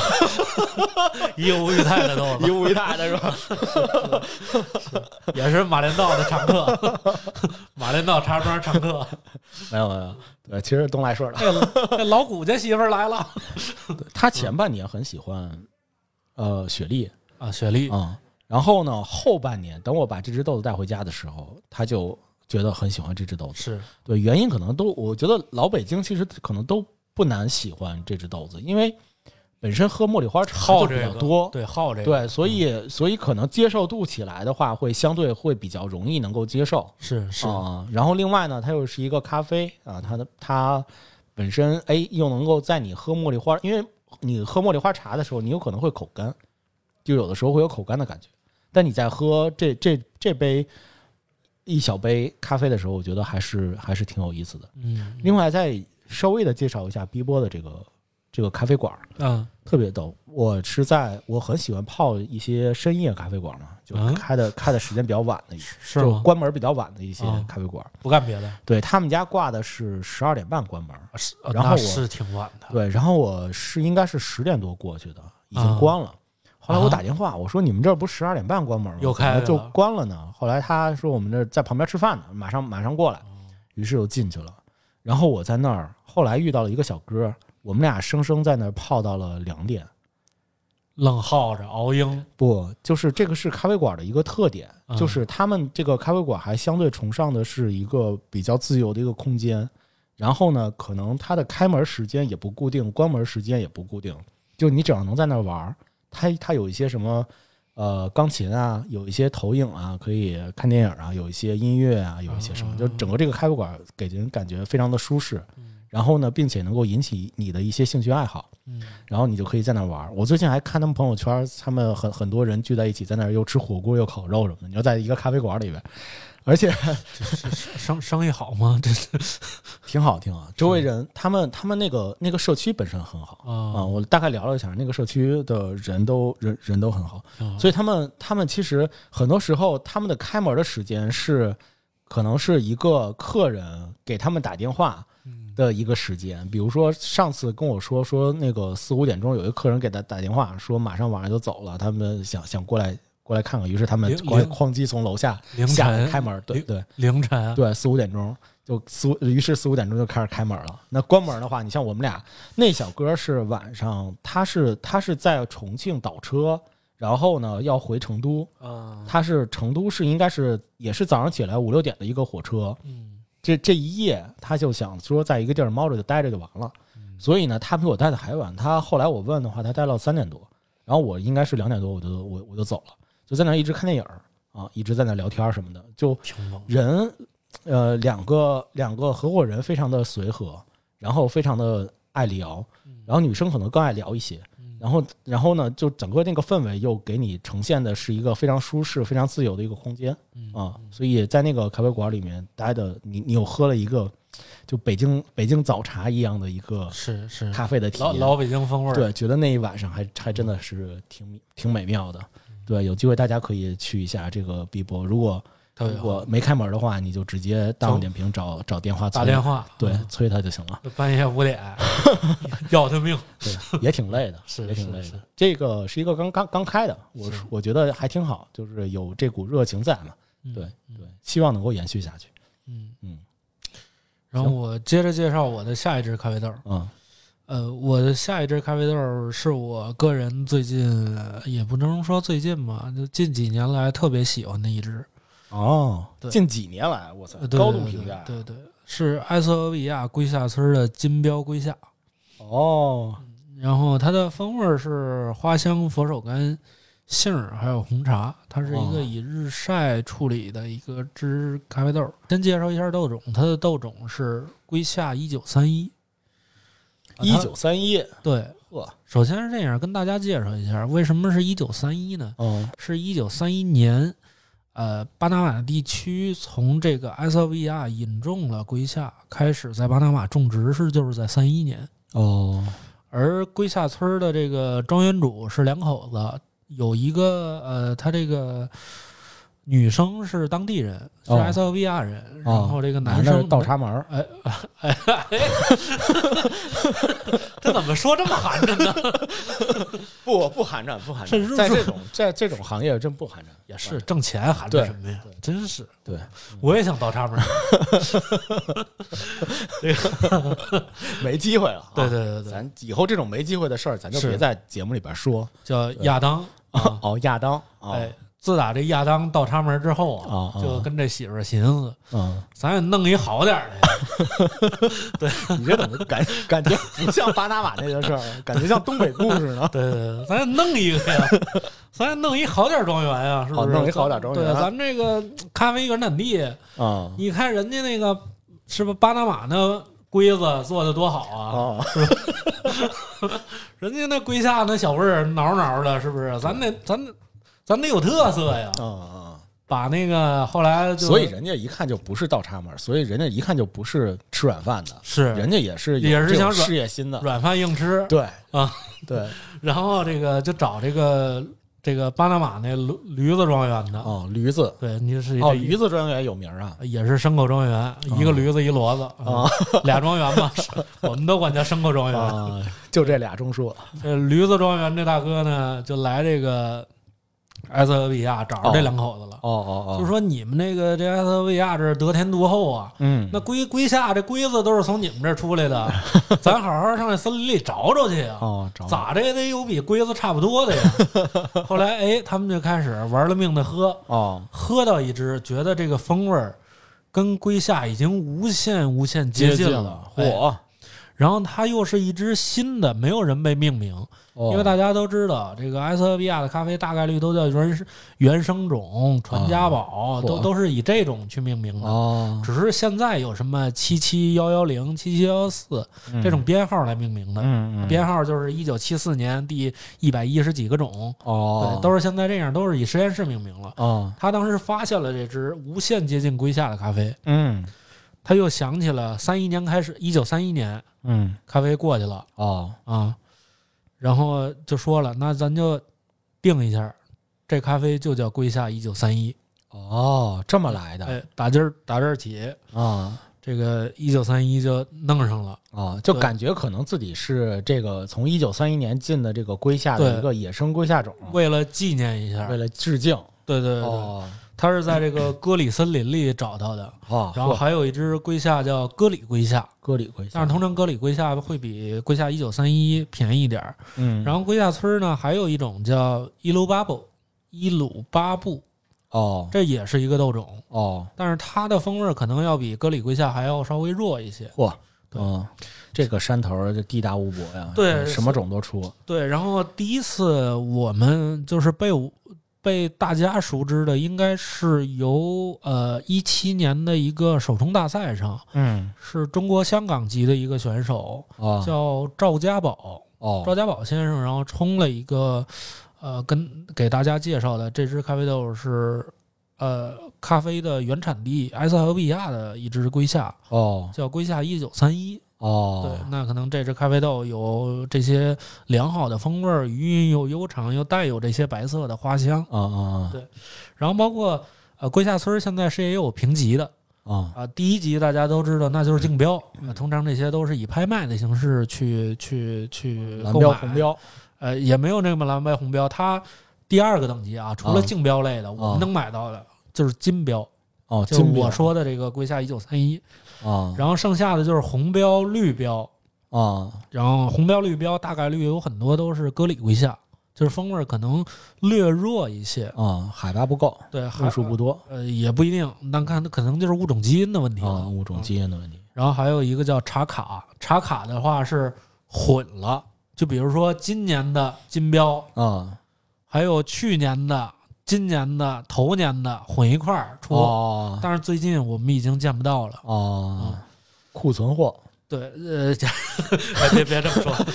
一个吴裕泰的豆一子，物一大的是 吧？也是马连道的常客， 马连道茶庄常客。没有没有，对，其实东来顺的。哎呦，那老谷家媳妇儿来了嗯他前半年很喜欢呃雪莉啊，雪莉啊、嗯然后呢后半年等我把这只豆子带回家的时候，他就觉得很喜欢这只豆子。是对，原因可能都我觉得老北京其实可能都不难喜欢这只豆子，因为本身喝茉莉花茶好就这比较个多。对嗯好这个，对，所以所以可能接受度起来的话，会相对会比较容易能够接受。是是啊、然后另外呢，它又是一个咖啡啊，它的它本身哎又能够在你喝茉莉花，因为你喝茉莉花茶的时候，你有可能会口干，就有的时候会有口干的感觉。但你在喝这这这杯一小杯咖啡的时候，我觉得还是还是挺有意思的。嗯另外，再稍微的介绍一下 B 波的这个这个咖啡馆儿，嗯特别逗。我是在我很喜欢泡一些深夜咖啡馆嘛，就嗯开的、开的时间比较晚的一些，是就吗？关门比较晚的一些哦咖啡馆儿。不干别的，对他们家挂的是十二点半关门，是啊然后我那是挺晚的，对，然后我是应该是十点多过去的，已啊经关了。后来我打电话，我说你们这儿不十二点半关门吗？又开怎么了就关了呢。后来他说我们这儿在旁边吃饭呢，马上马上过来，哦于是又进去了。然后我在那儿，后来遇到了一个小哥，我们俩生生在那儿泡到了两点。愣耗着熬鹰，不，就是这个是咖啡馆的一个特点，嗯就是他们这个咖啡馆还相对崇尚的是一个比较自由的一个空间。然后呢，可能它的开门时间也不固定，关门时间也不固定。就你只要能在那儿玩儿，它它有一些什么呃钢琴啊，有一些投影啊，可以看电影啊，有一些音乐啊，有一些什么，嗯嗯就整个这个咖啡馆给人感觉非常的舒适。然后呢，并且能够引起你的一些兴趣爱好。嗯然后你就可以在那儿玩儿。我最近还看他们朋友圈儿，他们很很多人聚在一起，在那儿又吃火锅又烤肉什么的。你要在一个咖啡馆里边，而且 生生意好吗？这是挺好挺好。周围人他们他们那个那个社区本身很好啊、啊，我大概聊了一下，那个社区的人都人人都很好，所以以他们他们其实很多时候他们的开门的时间是可能是一个客人给他们打电话，嗯的一个时间。比如说上次跟我说说那个四五点钟有一个客人给他打电话说马上晚上就走了，他们想想过来过来看看，于是他们凌哐凌哐叽从楼下凌下来晨开门，对凌对凌 晨对，四五点钟。就四五，于是四五点钟就开始开门了。那关门的话，你像我们俩，那小哥是晚上，他是他是在重庆倒车，然后呢要回成都，啊，他是成都是应该是也是早上起来五六点的一个火车，嗯这这一夜，他就想说在一个地儿猫着就待着就完了，所以呢，他比我待的还晚。他后来我问的话，他待到三点多，然后我应该是两点多我就我我就走了，就在那儿一直看电影儿啊，一直在那聊天儿什么的。就挺猛，人，呃，两个两个合伙人非常的随和，然后非常的爱聊，嗯然后女生可能更爱聊一些，然后然后呢，就整个那个氛围又给你呈现的是一个非常舒适、非常自由的一个空间。嗯啊，所以在那个咖啡馆里面待的，你你有喝了一个就北京北京早茶一样的一个是是咖啡的体老验，老北京风味儿，嗯对，觉得那一晚上还还真的是挺挺美妙的。对，有机会大家可以去一下这个碧波，如果特别如好果没开门的话，你就直接大众点评找找电话打催电，话，嗯对，催他就行 了。半夜五点要他命，对，也挺累的，是也挺累是的是。这个是一个刚刚刚开的，我是我觉得还挺好，就是有这股热情在嘛。嗯对对，希望能够延续下去。嗯嗯然后我接着介绍我的下一支咖啡豆儿，嗯呃，我的下一支咖啡豆是我个人最近呃也不能说最近吧，就近几年来特别喜欢的一支，哦嗯对近几年来，我操呃，对高度评价，对对对对是埃塞俄比亚龟下村的金标龟下，哦，然后它的风味儿是花香、佛手柑、杏儿还有红茶，它是一哦个以日晒处理的一个支咖啡豆。先介绍一下豆种，它的豆种是龟下一九三一，啊一它九三一，对。呵，首先是这样，跟大家介绍一下，为什么是一九三一呢？嗯，是一九三一年，呃，巴拿马地区从这个埃塞俄比亚引种了龟下，开始在巴拿马种植，是就是在三一年。哦，而龟下村的这个庄园主是两口子，有一个呃，他这个女生是当地人，是哦埃塞俄比亚人，哦然后这个男的生哎是倒插门儿， 他怎么说这么寒碜呢？不不寒碜，不寒这入碜，在这种在这种行业真不寒碜，也 是挣钱寒碜对什么呀？啊真是，嗯对，我也想倒插门儿。没机会了啊，对对对对，咱以后这种没机会的事儿，咱就是别在节目里边说。叫亚当啊， 哦，亚当，哦哎，，自打这亚当倒插门之后啊啊，啊就跟这媳妇儿寻思，嗯，咱也弄一好点儿的呀。 你这怎么感感觉不像巴拿马那件事儿，感觉像东北故 事呢？对对对，咱也弄一个呀，咱也弄一好点儿庄园啊，是不哦是？弄一好点儿庄园对，咱们这个咖啡原产地，啊你看人家那个是不是巴拿马那龟子做的多好啊？啊，人家那龟下那小味儿挠挠的，是不是？咱得咱得咱得有特色呀。啊啊！把那个后来就所以人家一看就不是倒插门儿，所以人家一看就不是吃软饭的，是人家也是有也是这种想软事业心的。软饭硬吃，对啊， 对然后这个就找这个这个巴拿马那驴驴子庄园的，哦，驴子对，你是哦，这一驴子庄园有名儿啊也是牲口庄园，哦一个驴子一骡子嗯啊，俩庄 园嘛，我们都管叫牲口庄园。啊， 就这俩中枢这驴子庄园这大哥呢，就来这个埃塞俄比亚找着这两口子了，哦哦就说你们这个这埃塞俄比亚这儿得天独厚啊。嗯，那龟龟下这龟子都是从你们这儿出来 的，咱好好上这森林里找找去啊！哦找咋着也得有比龟子差不 多的呀。后来哎，他们就开始玩了命的喝，哦喝到一支，觉得这个风味儿跟龟下已经无限无限接近了。哎嚯，然后它又是一支新的，没有人被命名，因为他大家都知道，这个埃塞俄比亚的咖啡大概率都叫原生原生种、传家宝，嚯都都是以这种去命名的。哦只是现在有什么七七幺幺零、七七幺四这种编号来命名的，嗯嗯编号就是一九七四年第一百一十几个种，哦对，都是现在这样，都是以实验室命名了。哦他当时发现了这支无限接近龟下的咖啡，嗯他又想起了三一年开始，一九三一年嗯咖啡过去了哦啊，然后就说了，那咱就定一下，这咖啡就叫龟下一九三一。哦这么来的哎，打今儿打这儿起，啊这个一九三一就弄上了。啊，就对感觉可能自己是这个从一九三一年进的这个龟下对的一个野生龟下种，为了纪念一下，哦为了致敬对对对，哦他是在这个歌里森林里找到的，哦，然后嚯还有一只龟下叫歌里龟下，歌里龟下但是，通常歌里龟下会比龟下一九三一便宜一点儿。嗯然后龟下村呢，还有一种叫伊鲁巴布，伊鲁巴布，哦这也是一个豆种，哦但是它的风味儿可能要比歌里龟下还要稍微弱一些。嚯。对嗯，这个山头儿就地大物博呀，对什么种都出对，然后第一次我们就是被我被大家熟知的，应该是由呃一七年的一个手冲大赛上，嗯是中国香港籍的一个选手啊叫赵家宝。哦赵家宝先生，然后冲了一个，呃，跟给大家介绍的这支咖啡豆是，呃，咖啡的原产地埃塞俄比亚的一支龟下，哦叫龟下一九三一。对哦，，那可能这支咖啡豆有这些良好的风味儿，余韵又悠长，又带有这些白色的花香。啊啊然后包括呃，龟下村儿现在是也有评级的啊啊。第一级大家都知道，那就是竞标嗯啊。通常这些都是以拍卖的形式去去去哦蓝购标买红标呃，也没有那么蓝白红标。它第二个等级啊，除了啊竞标类的，我们啊能买到的就是金标，哦，就是金标我说的这个龟下一九三一。啊然后剩下的就是红标、绿标啊，然后红标、绿标大概率有很多都是歌里归下，就是风味儿可能略弱一些。啊，海拔不够，啊对，还路数不多呃也不一定，但看可能就是物种基因的问题啊，了。嗯物种基因的问题然后还有一个叫茶卡，茶卡的话是混了，就比如说今年的金标，啊，还有去年的、今年的、头年的混一块儿出，哦但是最近我们已经见不到了。哦，嗯库存货对， 呃，哎别别这么说，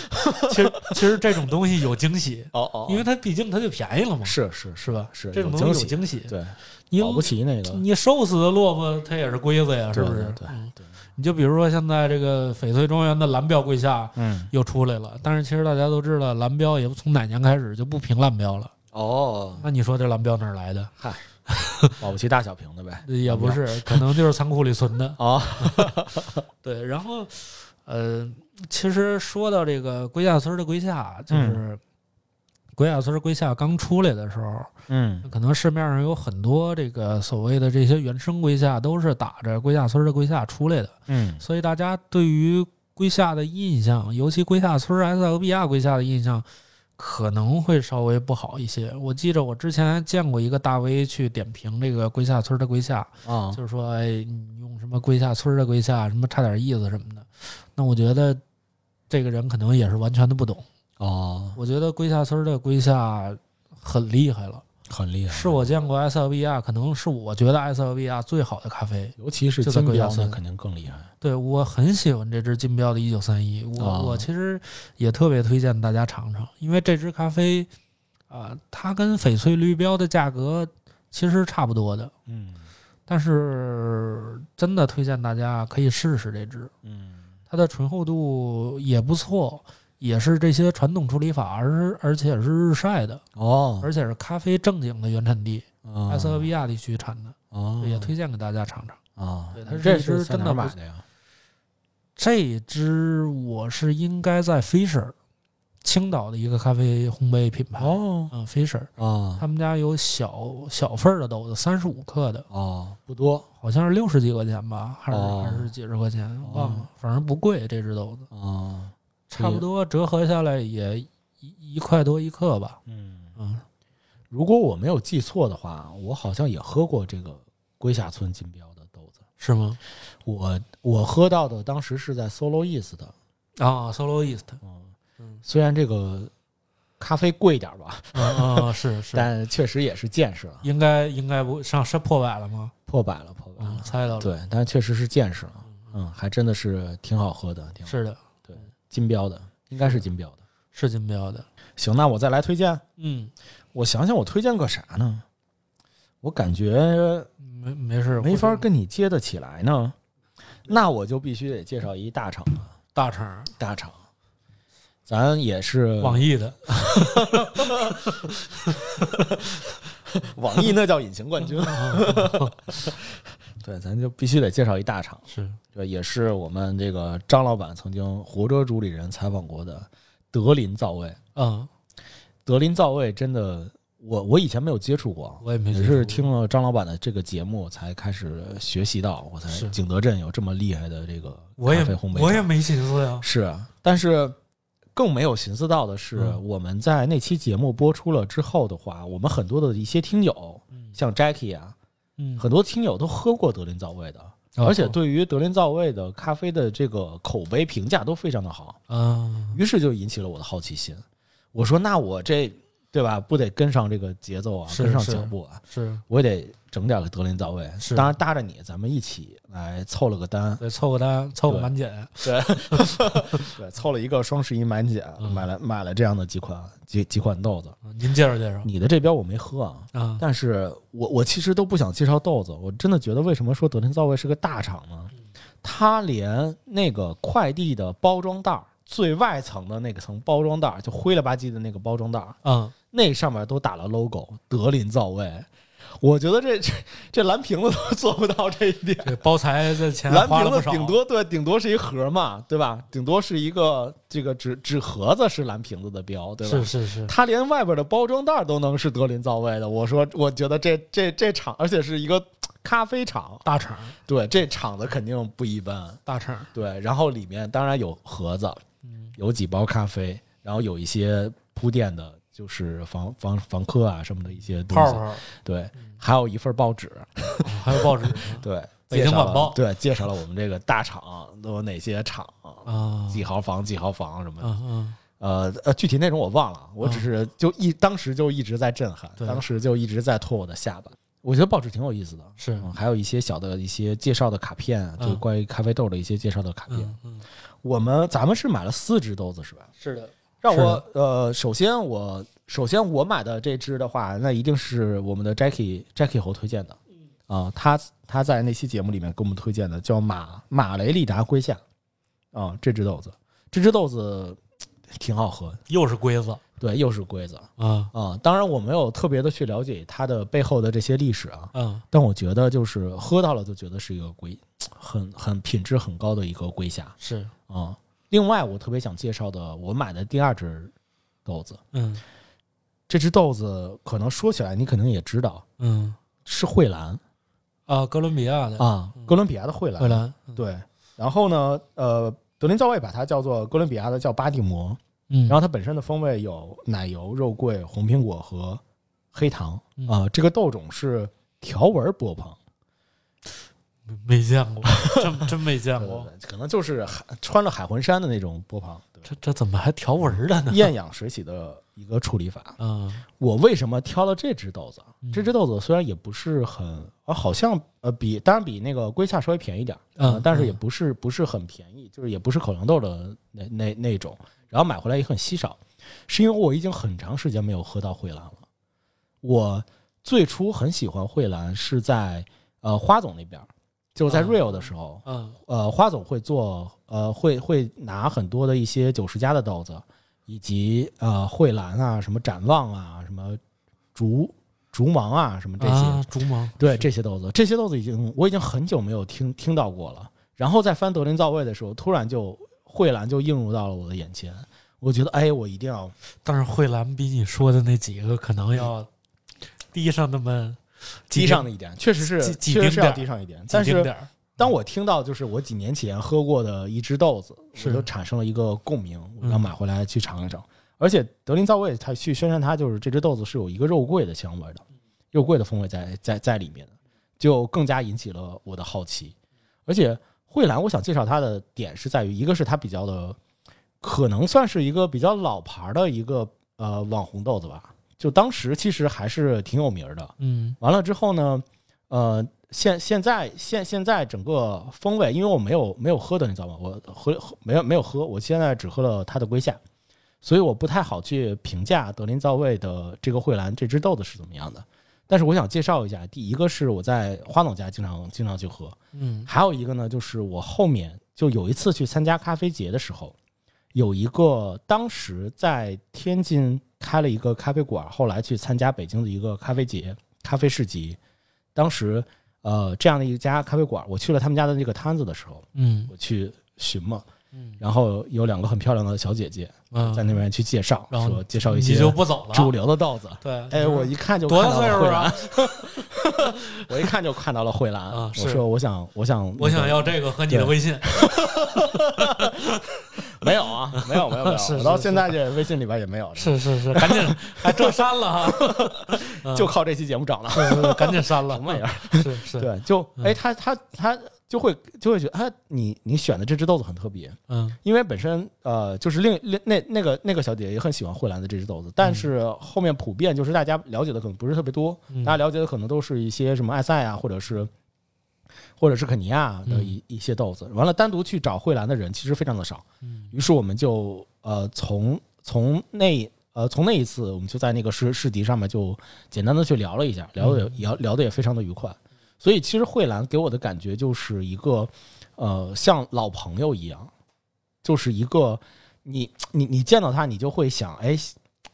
其实其实这种东西有惊喜，哦哦因为它毕竟它就便宜了嘛，是是是吧？是这种有东西有惊喜惊喜，对，你保不齐那个你瘦死的骆驼它也是龟子呀，是对不是？对对嗯你就比如说现在这个翡翠庄园的蓝标贵下嗯又出来了，但是其实大家都知道，蓝标也从哪年开始就不评蓝标了。哦，那你说这蓝标哪儿来的？保不齐大小瓶的 呗也不是，可能就是仓库里存的。啊对，然后，呃，其实说到这个龟下村的龟下，啊就是龟下村龟下刚出来的时候，嗯可能市面上有很多这个所谓的这些原生龟下，都是打着龟下村的龟下出来的，嗯所以大家对于龟下的印象，尤其龟下村埃塞俄比亚龟下的印象。可能会稍微不好一些。我记着我之前还见过一个大 V 去点评这个龟下村的龟下，啊就是说，哎，你用什么龟下村儿的龟下，什么差点意思什么的。那我觉得这个人可能也是完全的不懂。哦，我觉得龟下村儿的龟下很厉害了，很厉害，是我见过埃塞俄比亚，可能是我觉得埃塞俄比亚最好的咖啡。尤其是就在金贵标阳那村肯定更厉害对我很喜欢这支金标的1931，我、哦我其实也特别推荐大家尝尝，因为这支咖啡啊、它跟翡翠绿标的价格其实差不多的，嗯但是真的推荐大家可以试试这支。嗯它的醇厚度也不错，也是这些传统处理法，而而且是日晒的，哦而且是咖啡正经的原产地，啊埃塞俄比亚地区产的，啊也推荐给大家尝尝。啊对它是这一只在真哪的儿买不的呀这支我是应该在 Fisher，青岛的一个咖啡烘焙品牌，哦嗯，Fisher，啊他们家有小小份儿的豆子，三十五克的，啊不多好像是六十几块钱吧，还是、哦还是几十块钱，哦忘了，反正不贵这支豆子，啊差不多折合下来也一一块多一克吧。嗯。嗯，如果我没有记错的话，我好像也喝过这个龟下村金标的豆子。是吗？我我喝到的当时是在 Solo East 的，啊，Solo East，嗯嗯，虽然这个咖啡贵一点吧，啊啊，是是，但确实也是见识了，应该应该不上是破百了吗？破百了，破百嗯，了。猜到了，对，但确实是见识了，嗯，还真的是挺好喝的，挺好是的，嗯金标的，应该是金标的。是金标的。行，那我再来推荐，嗯，我想想，我推荐个啥呢？我感觉没没事，没法我跟你接得起来呢，那我就必须得介绍一大厂了。大肠，大厂，咱也是网易的，网易那叫隐形冠军。 嗯对，咱就必须得介绍一大厂，是对，也是我们这个张老板曾经活捉主理人采访过的德林造味。 嗯，德林造味真的，我我以前没有接触过，啊我也没也接触是听了张老板的这个节目才开始学习到，我才是景德镇有这么厉害的这个我也咖啡烘焙我也厂没寻思呀。是，啊但是更没有寻思到的是，嗯我们在那期节目播出了之后的话，我们很多的一些听友，嗯像 Jackie 啊，嗯，很多听友都喝过德林造味的，哦而且对于德林造味的咖啡的这个口碑评价都非常的好，啊，于是就引起了我的好奇心。我说，那我这对吧，不得跟上这个节奏啊，是跟上是脚步啊，是我也得整点个德林造味。是当然搭着你，咱们一起来凑了个单，得凑个单，凑个对满减。啊对，凑了一个双十一满减，嗯买了买了这样的几款几几款豆子。嗯您介绍介绍你的这标我没喝啊，啊，但是我我其实都不想介绍豆子，我真的觉得为什么说德林造味是个大厂呢？它连那个快递的包装袋儿最外层的那个层包装袋儿，就灰了吧唧的那个包装袋儿，嗯，那上面都打了 logo 德林造味。我觉得这这这蓝瓶子都做不到这一点。这包材这钱蓝花瓶了不子少，啊顶多对，顶多是一盒嘛，对吧？顶多是一个这个纸纸盒子是蓝瓶子的标，对吧？是是是，它连外边的包装袋都能是德林造味的，我说，我觉得这这这厂，而且是一个咖啡厂，大厂，对，这厂子肯定不一般。大厂，对，然后里面当然有盒子，嗯有几包咖啡，然后有一些铺垫的，就是房房房客啊什么的一些东泡嗯西。泡，对，还有一份报纸，还有报纸对，北介京绍了晚报对，介绍了我们这个大厂都有哪些厂，啊，几号房、几号房什么的。嗯嗯，呃呃，具体内容我忘了，我只是就一当时就一直在震撼，对当时就一直在拖我的下巴。我觉得报纸挺有意思的，是嗯还有一些小的一些介绍的卡片啊，就嗯关于咖啡豆的一些介绍的卡片。嗯嗯，我们咱们是买了四只豆子是吧？是的，让我呃，首先我首先我买的这只的话，那一定是我们的 Jackie Jackie 侯推荐的，啊、他他在那期节目里面给我们推荐的叫马马雷利达龟下，啊、这只豆子，这只豆子嘖挺好喝，又是龟子对，又是龟子啊、啊，当然我没有特别的去了解它的背后的这些历史啊，嗯但我觉得就是喝到了就觉得是一个龟，嘖很很品质很高的一个龟下，是，啊、另外，我特别想介绍的，我买的第二只豆子，嗯这只豆子可能说起来你肯定也知道，嗯是蕙兰啊，哥伦比亚的啊，哥伦比亚的蕙兰。荷嗯兰，对，然后呢，呃，德林教会把它叫做哥伦比亚的叫巴蒂摩，嗯，然后它本身的风味有奶油、肉桂、红苹果和黑糖嗯啊、这个豆种是条纹波旁，没见过，真真没见对对过，对可能就是海穿了海魂衫的那种波旁， 对这这怎么还条纹儿的呢？厌氧水洗的一个处理法。嗯我为什么挑了这只豆子啊？嗯这只豆子虽然也不是很啊，好像呃比当然比那个龟下稍微便宜点儿，嗯呃但是嗯也不是不是很便宜，就是也不是口粮豆的那那那种。然后买回来也很稀少，是因为我已经很长时间没有喝到蕙兰了。我最初很喜欢蕙兰是在呃花总那边儿，就是在啊 Rio 的时候，嗯呃，花总会做，呃，会会拿很多的一些九十加的豆子，以及呃蕙兰啊、什么展望啊、什么竹竹芒啊、什么这些，啊，竹芒，对这些豆子，这些豆子已经我已经很久没有听听到过了。然后在翻德林造位的时候，突然就蕙兰就映入到了我的眼前，我觉得哎，我一定要但是蕙兰比你说的那几个可能要低上那么 低上那一点，确实是几几确实是要丁点儿低上一点，几但丁是点儿，当我听到就是我几年前喝过的一只豆子，是我就产生了一个共鸣，我嗯要买回来去尝一尝。而且德林造味，它去宣传它就是这只豆子是有一个肉桂的香味的，肉桂的风味在在在里面的，就更加引起了我的好奇。而且蕙兰，我想介绍它的点是在于，一个是它比较的，可能算是一个比较老牌的一个呃网红豆子吧，就当时其实还是挺有名儿的。嗯完了之后呢，呃，现现在现现在整个风味，因为我没有没有喝的，你知道吗？我喝喝没有没有喝，我现在只喝了它的龟下，所以我不太好去评价德林造味的这个蕙兰这只豆子是怎么样的。但是我想介绍一下，第一个是我在花总家经常经常去喝，嗯还有一个呢，就是我后面就有一次去参加咖啡节的时候，有一个当时在天津开了一个咖啡馆，后来去参加北京的一个咖啡节、咖啡市集。当时呃，这样的一家咖啡馆，我去了他们家的那个摊子的时候，嗯我去寻嘛，嗯然后有两个很漂亮的小姐姐嗯，在那边去介绍，然后说介绍一你些就不走了，主流的豆子。对，哎，我一看就多看大到岁了数蕙啊兰，？ 我一看就看到了蕙兰。啊我是说我想，我想，我想要这个和你的微信，没有啊，没有没有没有，是我是到是现在这微信里边也没有，是是是，赶紧，哎，这删了 哈，嗯就靠这期节目找了。是是赶紧删了， 什么玩意儿？是是，对，就哎，他他他就会就会觉得，哎，你你选的这只豆子很特别，嗯因为本身呃，就是另另那那个那个小姐姐也很喜欢蕙兰的这只豆子，但是后面普遍就是大家了解的可能不是特别多，嗯大家了解的可能都是一些什么埃塞啊，或者是或者是肯尼亚的一、一些豆子。完了，单独去找蕙兰的人其实非常的少。嗯于是我们就呃从从那呃从那一次，我们就在那个市市集上面就简单的去聊了一下，聊嗯的聊聊的也非常的愉快。所以其实蕙兰给我的感觉就是一个呃像老朋友一样，就是一个你你你见到他，你就会想哎。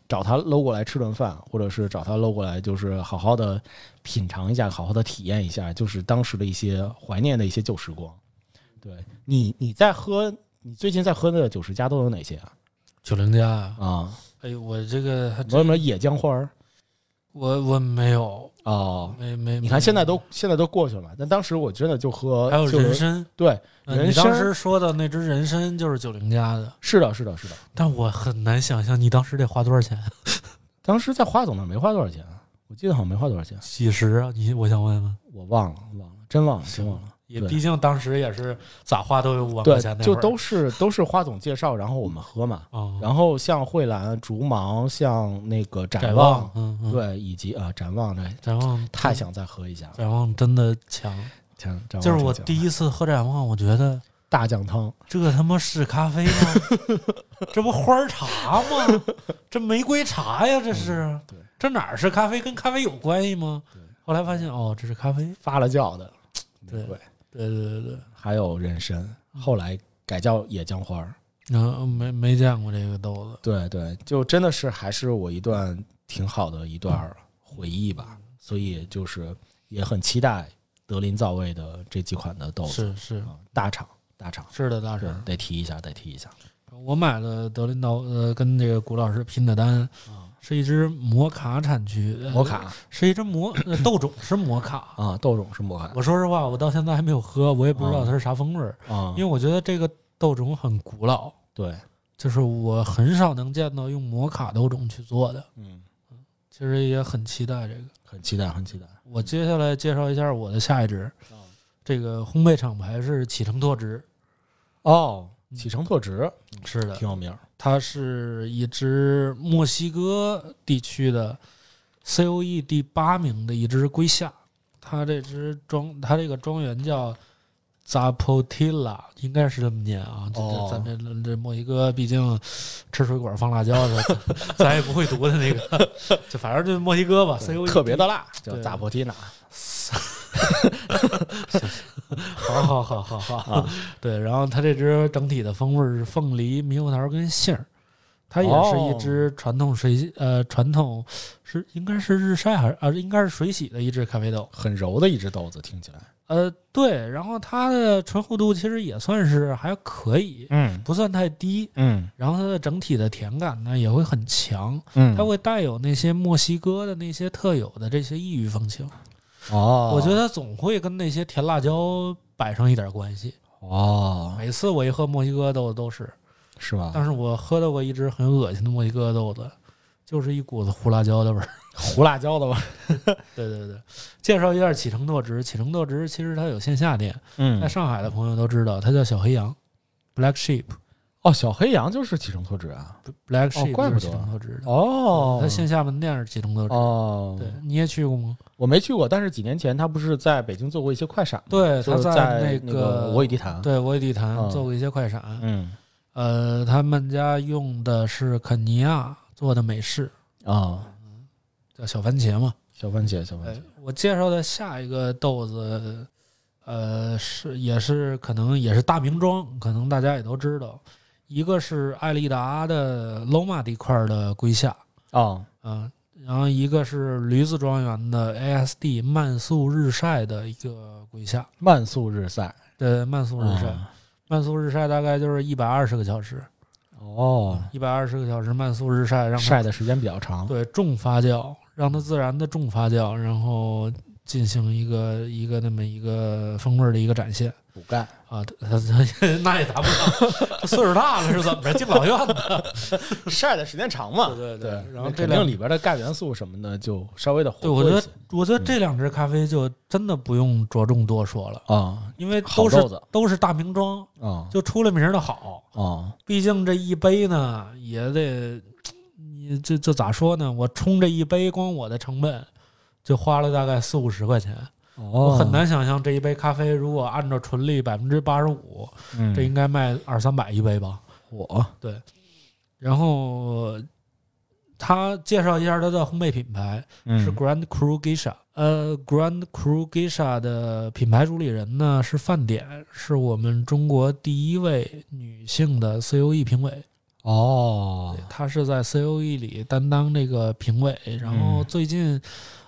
找他搂过来吃顿饭，或者是找他搂过来，就是好好的品尝一下，好好的体验一下，就是当时的一些怀念的一些旧时光。对你，你在喝你最近在喝的九十加都有哪些啊？九零家啊，啊，哎呦，我这个还有真什么野姜花儿我我没有，哦。没没。你看现在没都现在都过去了嘛，但当时我真的就喝，还有就人参，对呃人你参当时说的那只人参就是九零家的，是的，是的，是的。但我很难想象你当时得花多少钱。当时在花总那儿没花多少钱，啊我记得好像没花多少钱，几十啊？你我想问问，我忘了，忘了，真忘了，真忘了。也对毕竟当时也是咋花都有五万块对钱，那就会儿都是都是花总介绍，然后我们喝嘛。哦，然后像蕙兰、竹芒，像那个展展望望，，嗯，嗯，对，以及啊展望，对，展望太，想再喝一下了。展望真的强。展展望嗯就是真我香第一次喝展望，我觉得大酱汤，这他妈是咖啡吗？ 这不花儿茶吗？这玫瑰茶呀，这是嗯对，这哪儿是咖啡？跟咖啡有关系吗对？后来发现哦，这是咖啡。发了酵的，对嗯玫瑰，对对对对，还有人参，后来改叫野姜花儿。嗯，没没见过这个豆子。对对，就真的是还是我一段挺好的一段回忆吧，所以就是也很期待德林造味的这几款的豆子是是啊，大厂大厂是的，大是婶。得提一下，得提一下。我买了德林岛呃跟这个谷老师拼的单，是一支摩卡产区，呃嗯摩卡是一支摩呃豆种是摩卡。啊，豆种是摩卡我说实话，我到现在还没有喝，我也不知嗯道它是啥风味儿，啊因为，我觉得这个豆种很古老，对，就是我很少能见到用摩卡豆种去做的。嗯，其实也很期待这个。很期待，很期待。我接下来介绍一下我的下一支，这个烘焙厂牌是启程拓殖，哦，启程拓殖是的，挺有名儿，它是一支墨西哥地区的 COE 第八名的一只龟下，它这只庄，它这个庄园叫 Zapotilla，应该是这么念啊。这哦这咱这这墨西哥，毕竟吃水管放辣椒的，咱也 不会读的那个，就反正就是墨西哥吧，COE E 特别的辣，叫对扎波提纳 好好好好好， 对，然后它这只整体的风味是凤梨、猕猴桃跟杏儿，它也是一只传统水、呃传统是应该是日晒还是啊应该是水洗的一只咖啡豆，很柔的一只豆子，听起来，呃对，然后它的醇厚度其实也算是还可以，嗯不算太低，嗯然后它的整体的甜感呢也会很强，嗯它会带有那些墨西哥的那些特有的这些异域风情，哦，我觉得总会跟那些甜辣椒摆上一点关系。哦，每次我一喝墨西哥豆子都是，是吧？但是我喝到过一只很恶心的墨西哥豆子，就是一股子胡辣椒的 味儿。胡辣椒的吧？对对对，介绍一下启程豆汁，启程豆汁其实它有线下店，在嗯，上海的朋友都知道，它叫小黑羊，Black Sheep，Black 哦，小黑羊就是启程拓殖啊。哦 Sheep 怪就不是启得程豆汁的。哦，它线下门店是启程豆汁。哦，对，，你也去过吗？我没去过，但是几年前他不是在北京做过一些快闪吗？对，就它是在那个我与地坛。，对我与地坛嗯做过一些快闪。嗯呃，他们家用的是肯尼亚做的美式，啊，叫小番茄嘛。小番茄，小番哎茄，，我介绍的下一个豆子，呃，是也是可能也是大名庄，可能大家也都知道，一个是艾丽达的罗马地块的龟下，哦，嗯、然后一个是驴子庄园的 ASD 慢速日晒的一个龟下，慢速日晒，对，慢速日晒，啊慢速日晒大概就是一百二十个小时，哦，一百二十个小时慢速日晒，让它晒的时间比较长。对重发酵，让它自然的重发酵，然后进行一个一个那么一个风味儿的一个展现补 钙，啊。它它它 那也达不到，这岁数大了是怎么着？敬老院的。晒的时间长嘛 对对对，然那后这肯两定，里边的钙元素什么的就稍微的对活我泼觉一得些我觉得这两支咖啡就真的不用着重多说了，啊因为好都豆是子都是大名庄，啊就出了名儿的好。啊毕竟这一杯呢，也得你这这咋说呢？我冲这一杯，光我的成本就花了大概四五十块钱。我哦很难想象这一杯咖啡如果按照纯利百分之八十五，嗯这应该卖二三百一杯吧。我然后他介绍一下他的烘焙品牌嗯是 Grand Cru Geisha，、呃，Grand Cru Geisha 的品牌主理人呢是范典，是我们中国第一位女性的 COE 评委，哦她是在 COE 里担当这个评委，然后嗯最近。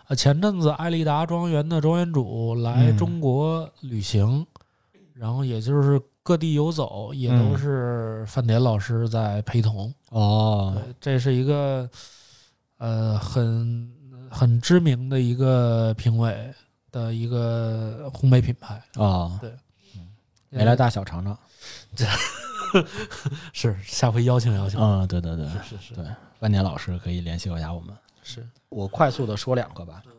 呃，前阵子艾丽达庄园的庄园主来嗯中国旅行，然后也就是各地游走，也都是范典老师在陪同。哦对，这是一个呃很很知名的一个评委的一个烘焙品牌，啊，对没来大小尝尝。呃是下回邀请邀请，嗯，对对对，是是对万年老师可以联系一下我们。是，我快速的说两个吧。嗯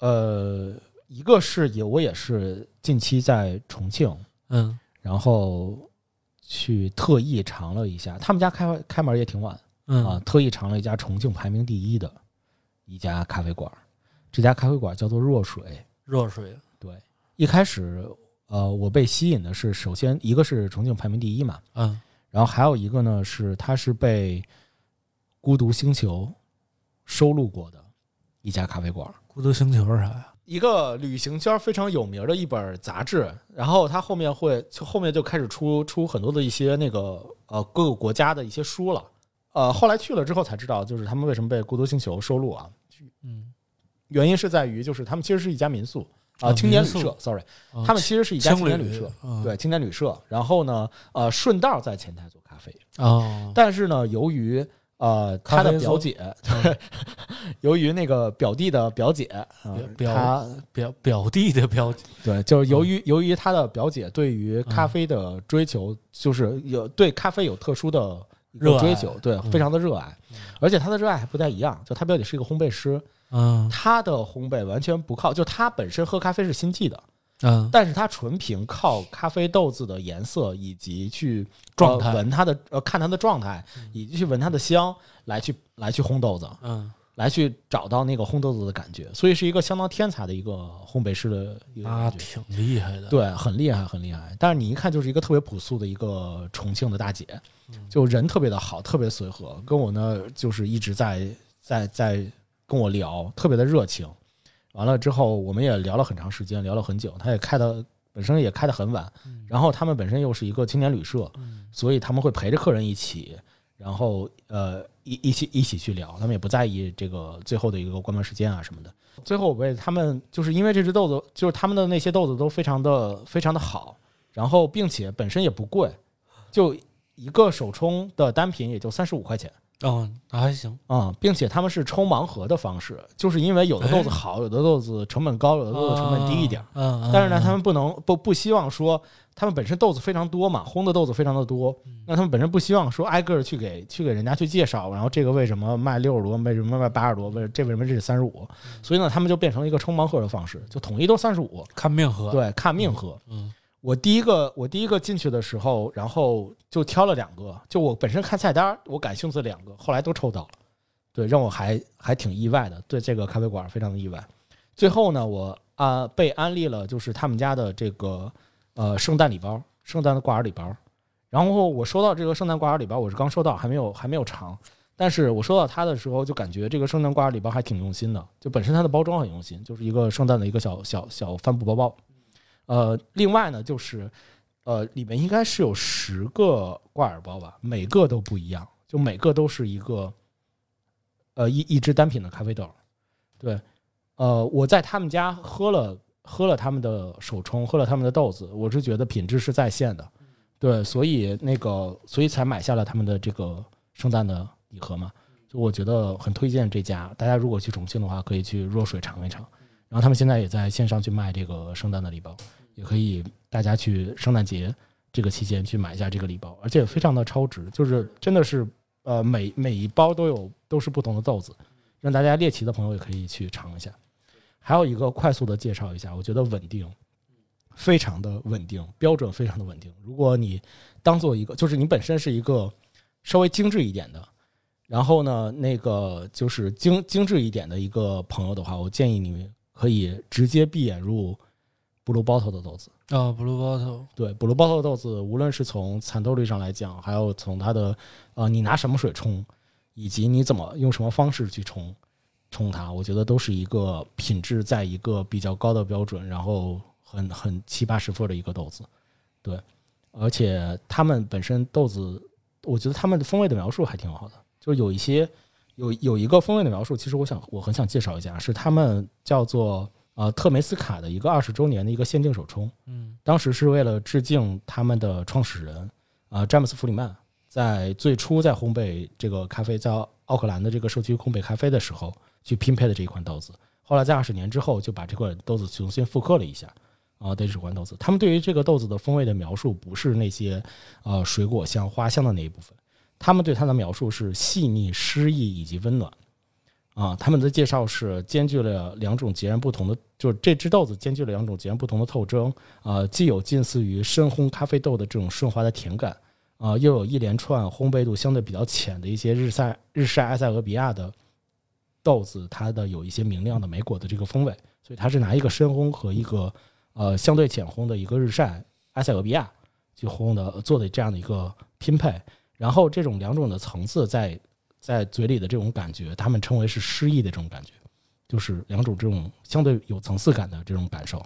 呃，一个是也我也是近期在重庆，嗯然后去特意尝了一下，他们家开开门也挺晚嗯啊，特意尝了一家重庆排名第一的一家咖啡馆儿。这家咖啡馆叫做若水。热水，对，一开始呃，我被吸引的是，首先一个是重庆排名第一嘛，嗯然后还有一个呢是它是被《孤独星球》收录过的一家咖啡馆。孤独星球是啥呀？一个旅行圈非常有名的一本杂志，然后它后面会就后面就开始出出很多的一些那个呃各个国家的一些书了。呃，后来去了之后才知道，就是他们为什么被《孤独星球》收录啊？嗯，原因是在于就是他们其实是一家民宿啊、啊青年旅民社宿，sorry，啊他们其实是一家青青年旅社，，嗯对青年旅社。然后呢，呃，顺道在前台做咖啡，哦，但是呢，由于呃咖他啡的僧表姐，嗯 由于那个表弟的表姐，呃表她表表弟的表姐，对，就是由嗯于、由于他的表姐对于咖啡的追求，就是有对咖啡有特殊的一个热爱追求，对，嗯非常的热爱，嗯而且他的热爱还不太一样，就他表姐是一个烘焙师，嗯他的烘焙完全不靠，就他本身喝咖啡是心悸的，嗯但是他纯凭靠咖啡豆子的颜色以及去状态呃闻它的呃看它的状态，以及去闻它的香来去来去烘豆子，嗯，来去找到那个烘豆子的感觉，所以是一个相当天才的一个烘焙师的一个那感觉。挺厉害的，对，很厉害，很厉害。但是你一看就是一个特别朴素的一个重庆的大姐，嗯就人特别的好，特别随和，跟我呢就是一直在在在跟我聊，特别的热情。完了之后，我们也聊了很长时间，聊了很久。她也开的本身也开的很晚，嗯然后他们本身又是一个青年旅社，嗯所以他们会陪着客人一起，然后呃一一起一起去聊，他们也不在意这个最后的一个关门时间啊什么的。最后我为他们，就是因为这只豆子，就是他们的那些豆子都非常的非常的好，然后并且本身也不贵，就一个手冲的单品也就三十五块钱哦，那还行，啊、并且他们是抽盲盒的方式，就是因为有的豆子好，有的豆子成本高，有的豆子成本低一点儿。嗯，嗯，但是呢，嗯他们不能不不希望说他们本身豆子非常多嘛，烘的豆子非常的多，嗯那他们本身不希望说挨个儿去给去给人家去介绍，然后这个为什么卖六十多，为什么卖八十多，为这为什么这是三十五，嗯所以呢，他们就变成了一个抽盲盒的方式，就统一都三十五，看面盒，，对，看命喝。嗯我第一个我第一个进去的时候，然后就挑了两个，就我本身看菜单儿我感兴趣的两个，后来都抽到了，对，让我还还挺意外的，对这个咖啡馆非常的意外。最后呢，我啊、被安利了，就是他们家的这个呃圣诞礼包，圣诞的挂耳礼包。然后我收到这个圣诞挂耳礼包，我是刚收到，还没有还没有尝。但是我收到它的时候，就感觉这个圣诞挂耳礼包还挺用心的，就本身它的包装很用心，就是一个圣诞的一个小小小帆布包包。呃，另外呢，就是呃，里面应该是有十个挂耳包吧，每个都不一样，就每个都是一个呃一一只单品的咖啡豆。对，呃，我在他们家喝了喝了他们的手冲，喝了他们的豆子，我是觉得品质是在线的。对，所以那个，所以才买下了他们的这个圣诞的礼盒嘛。就我觉得很推荐这家，大家如果去重庆的话，可以去若水尝一尝。然后他们现在也在线上去卖这个圣诞的礼包，也可以大家去圣诞节这个期间去买一下这个礼包，而且非常的超值，就是真的是呃每每一包都有都是不同的豆子，让大家猎奇的朋友也可以去尝一下。还有一个快速的介绍一下，我觉得稳定，非常的稳定，标准非常的稳定。如果你当做一个，就是你本身是一个稍微精致一点的，然后呢，那个就是精精致一点的一个朋友的话，我建议你可以直接闭眼入 Blue Bottle 的豆子。哦，Blue Bottle，对，Blue Bottle 豆子，无论是从产豆率上来讲，还有从它的呃，你拿什么水冲，以及你怎么用什么方式去冲冲它，我觉得都是一个品质在一个比较高的标准，然后很很七八十分的一个豆子。对，而且他们本身豆子，我觉得他们的风味的描述还挺好的，就是有一些有有一个风味的描述，其实我想我很想介绍一下，是他们叫做呃特梅斯卡的一个二十周年的一个限定手冲。嗯当时是为了致敬他们的创始人啊、呃詹姆斯·弗里曼，在最初在烘焙这个咖啡在奥克兰的这个社区烘焙咖啡的时候，去拼配的这一款豆子。后来在二十年之后，就把这款豆子重新复刻了一下。啊，这是款豆子，他们对于这个豆子的风味的描述不是那些呃水果香、花香的那一部分，他们对它的描述是细腻、诗意以及温暖。啊，他们的介绍是兼具了两种截然不同的，就是这只豆子兼具了两种截然不同的特征，啊，既有近似于深烘咖啡豆的这种顺滑的甜感，啊，又有一连串烘焙度相对比较浅的一些日晒日晒埃塞俄比亚的豆子，它的有一些明亮的莓果的这个风味，所以它是拿一个深烘和一个呃相对浅烘的一个日晒埃塞俄比亚去烘的做的这样的一个拼配，然后这种两种的层次在在嘴里的这种感觉，他们称为是诗意的这种感觉，就是两种这种相对有层次感的这种感受。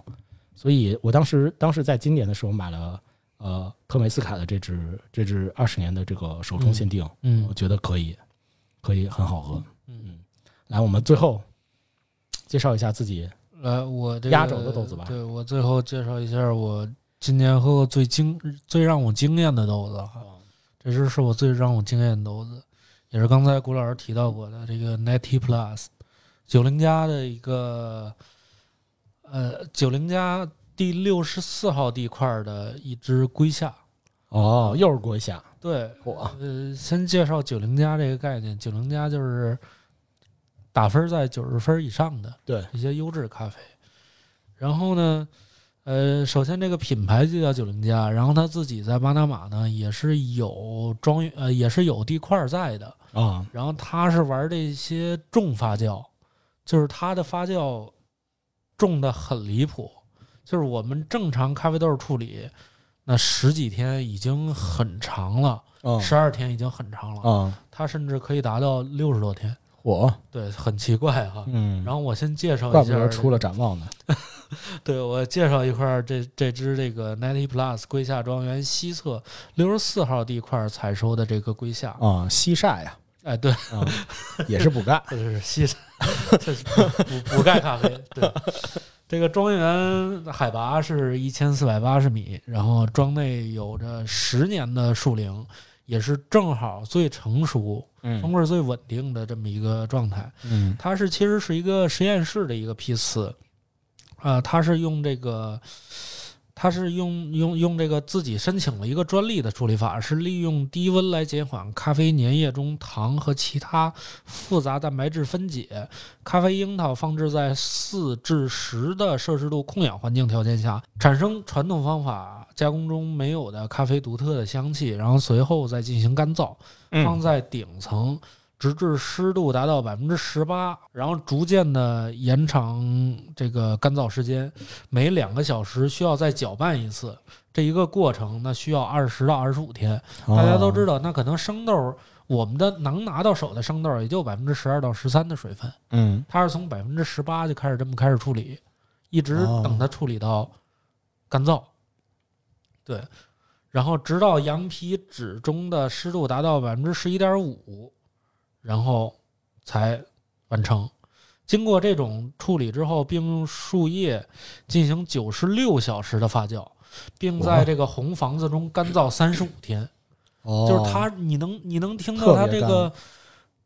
所以我当时当时在今年的时候买了呃特梅斯卡的这支这支二十年的这个首冲限定，嗯我觉得可以，可以很好喝。嗯，来，我们最后介绍一下自己来呃我这个压轴的豆子吧对我最后介绍一下我今年喝过最惊最让我惊艳的豆子哈，哦这支是我最让我惊艳的豆子，也是刚才古老师提到过的这个 Ninety Plus 九零加的一个呃九零加第六十四号地块儿的一支龟下，哦，又是国下，对，我呃，先介绍九零加这个概念。九零加就是打分在九十分以上的，对一些优质咖啡。然后呢，呃，首先这个品牌就叫九零加，然后它自己在巴拿马呢也是有庄园呃也是有地块儿在的。啊，然后它是玩这些重发酵，就是它的发酵重的很离谱，就是我们正常咖啡豆处理那十几天已经很长了。嗯十二天已经很长了，啊，它甚至可以达到六十多天，我对，很奇怪哈。嗯，然后我先介绍怪一不得下，出了展望呢。对我介绍一块儿这这支这个 Ninety Plus 龟下庄园西侧六十四号地块采收的这个龟下，啊，西晒呀、哎，对， 啊，也是补钙。这是西侧， 这是补补钙咖啡，对。这个庄园海拔是一千四百八十米，然后庄内有着十年的树龄，也是正好最成熟、风 嗯味最稳定的这么一个状态。嗯它是其实是一个实验室的一个批次，啊，它是用这个，它是用用用这个自己申请了一个专利的处理法，是利用低温来减缓咖啡粘液中糖和其他复杂蛋白质分解。咖啡樱桃放置在四至十的摄氏度控氧环境条件下，产生传统方法加工中没有的咖啡独特的香气，然后随后再进行干燥。嗯放在顶层，直至湿度达到百分之十八，然后逐渐的延长这个干燥时间，每两个小时需要再搅拌一次。这一个过程那需要二十到二十五天。嗯大家哦都知道，那可能生豆我们的能拿到手的生豆也就百分之十二到十三的水分，嗯它是从百分之十八就开始这么开始处理，一直哦等它处理到干燥。对，然后直到羊皮纸中的湿度达到百分之十一点五，然后才完成。经过这种处理之后，并用树叶进行九十六小时的发酵，并在哇这个红房子中干燥三十五天。哦就是它，你能你能听特到它别这个，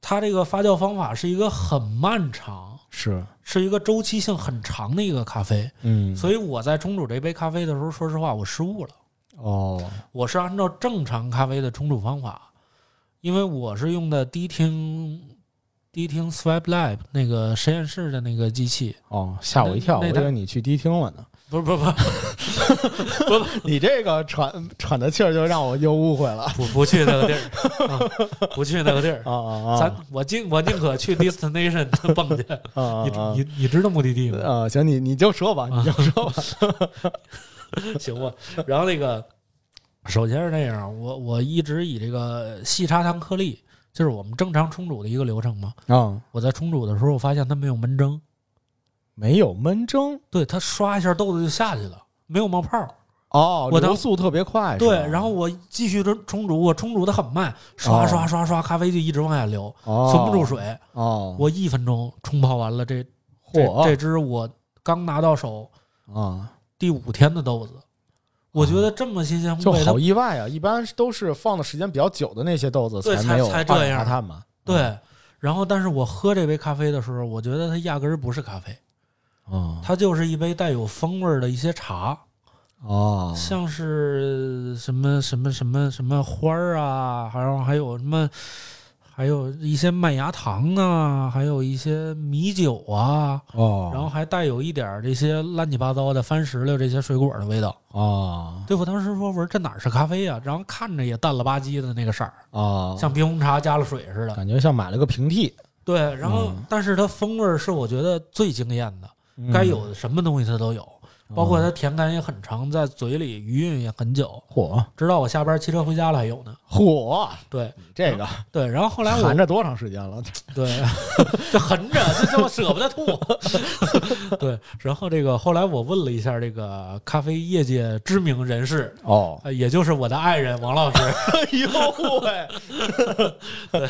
它这个发酵方法是一个很漫长，是是一个周期性很长的一个咖啡。嗯所以我在冲煮这杯咖啡的时候，说实话，我失误了。哦我是按照正常咖啡的冲煮方法，因为我是用的低听低听 Swipe Lab 那个实验室的那个机器，哦，吓我一跳，我那以那为你去迪厅了呢。不是不 是你这个喘喘的气儿就让我又误会了。不不不去那 个地儿，啊不去那个地儿 啊。啊咱啊我尽我尽可 去 destination 蹦去，啊啊！啊你你你知道目的地吗？啊，行，你啊你就说吧，你就说吧。 行吧。然后那个， 首先是那样，我我一直以这个细砂糖颗粒，就是我们正常冲煮的一个流程嘛。啊，我在冲煮的时候，我发现它没有闷蒸，没有闷蒸对，它刷一下豆子就下去了，没有冒泡。哦，我当流速特别快。是对吧，然后我继续冲冲煮，我冲煮的很慢，刷哦刷刷刷，咖啡就一直往下流，哦存不住水。哦，我一分钟冲泡完了这这嚯这只我刚拿到手啊，第五天的豆子，我觉得这么新鲜烘就焙，它好意外啊！一般都是放的时间比较久的那些豆子对才没有才这二氧样化碳嘛。对，然后，但是我喝这杯咖啡的时候，我觉得它压根儿不是咖啡，哦它就是一杯带有风味儿的一些茶，哦像是什么什么什么什么花儿啊，然后还有什么，还有一些麦芽糖啊，还有一些米酒啊，哦然后还带有一点儿这些乱七八糟的番石榴这些水果的味道。哦对我当时说，我说这哪是咖啡呀、然后看着也淡了吧唧的那个色儿，哦，像冰红茶加了水似的。感觉像买了个平替，对，然后、嗯但是它风味儿是我觉得最惊艳的，嗯该有的什么东西它都有，包哦括它甜感也很长，在嘴里余韵也很久，火直到我下班骑车回家了还有呢。火对这个对，然后后来我嗯含着多长时间 了？对就横着，就这么舍不得吐。 对，然后这个后来我问了一下这个咖啡业界知名人士。哦，呃也就是我的爱人王老师，哎 呦 喂，对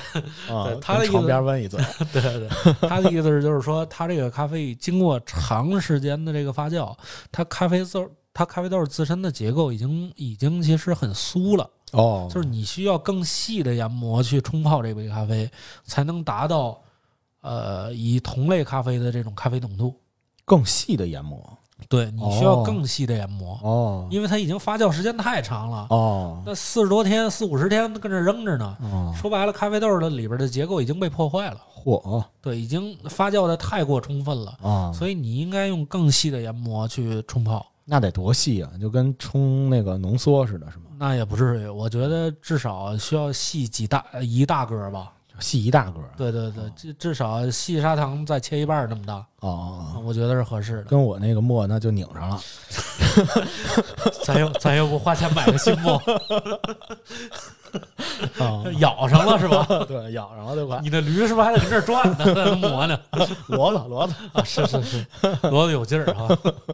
啊对，他的意思从床边问一嘴，对对，对，他的意思是就是说，他这个咖啡经过长时间的这个发酵，它咖啡豆它咖啡豆自身的结构已经已经其实很酥了，哦就是你需要更细的研磨去冲泡这杯咖啡，才能达到呃以同类咖啡的这种咖啡浓度。更细的研磨对你需要哦更细的研磨，哦因为它已经发酵时间太长了，哦那四十多天、四五十天跟这扔着呢。哦，说白了，咖啡豆的里边的结构已经被破坏了，火对，已经发酵的太过充分了。啊，所以你应该用更细的研磨去冲泡，那得多细啊，就跟冲那个浓缩似的，是吗？那也不至于。我觉得至少需要细几大呃一大格吧。细一大个儿啊对对对，至至少细砂糖再切一半儿那么大，哦，我觉得是合适的。跟我那个墨那就拧上了。 咱又 咱又不花钱买个新 木，啊， 咬上了是吧？对，咬上了就快， 你的驴是不是还得跟这儿转呢， 在那磨呢？骡子骡 子啊，是是是，骡子有劲儿哈，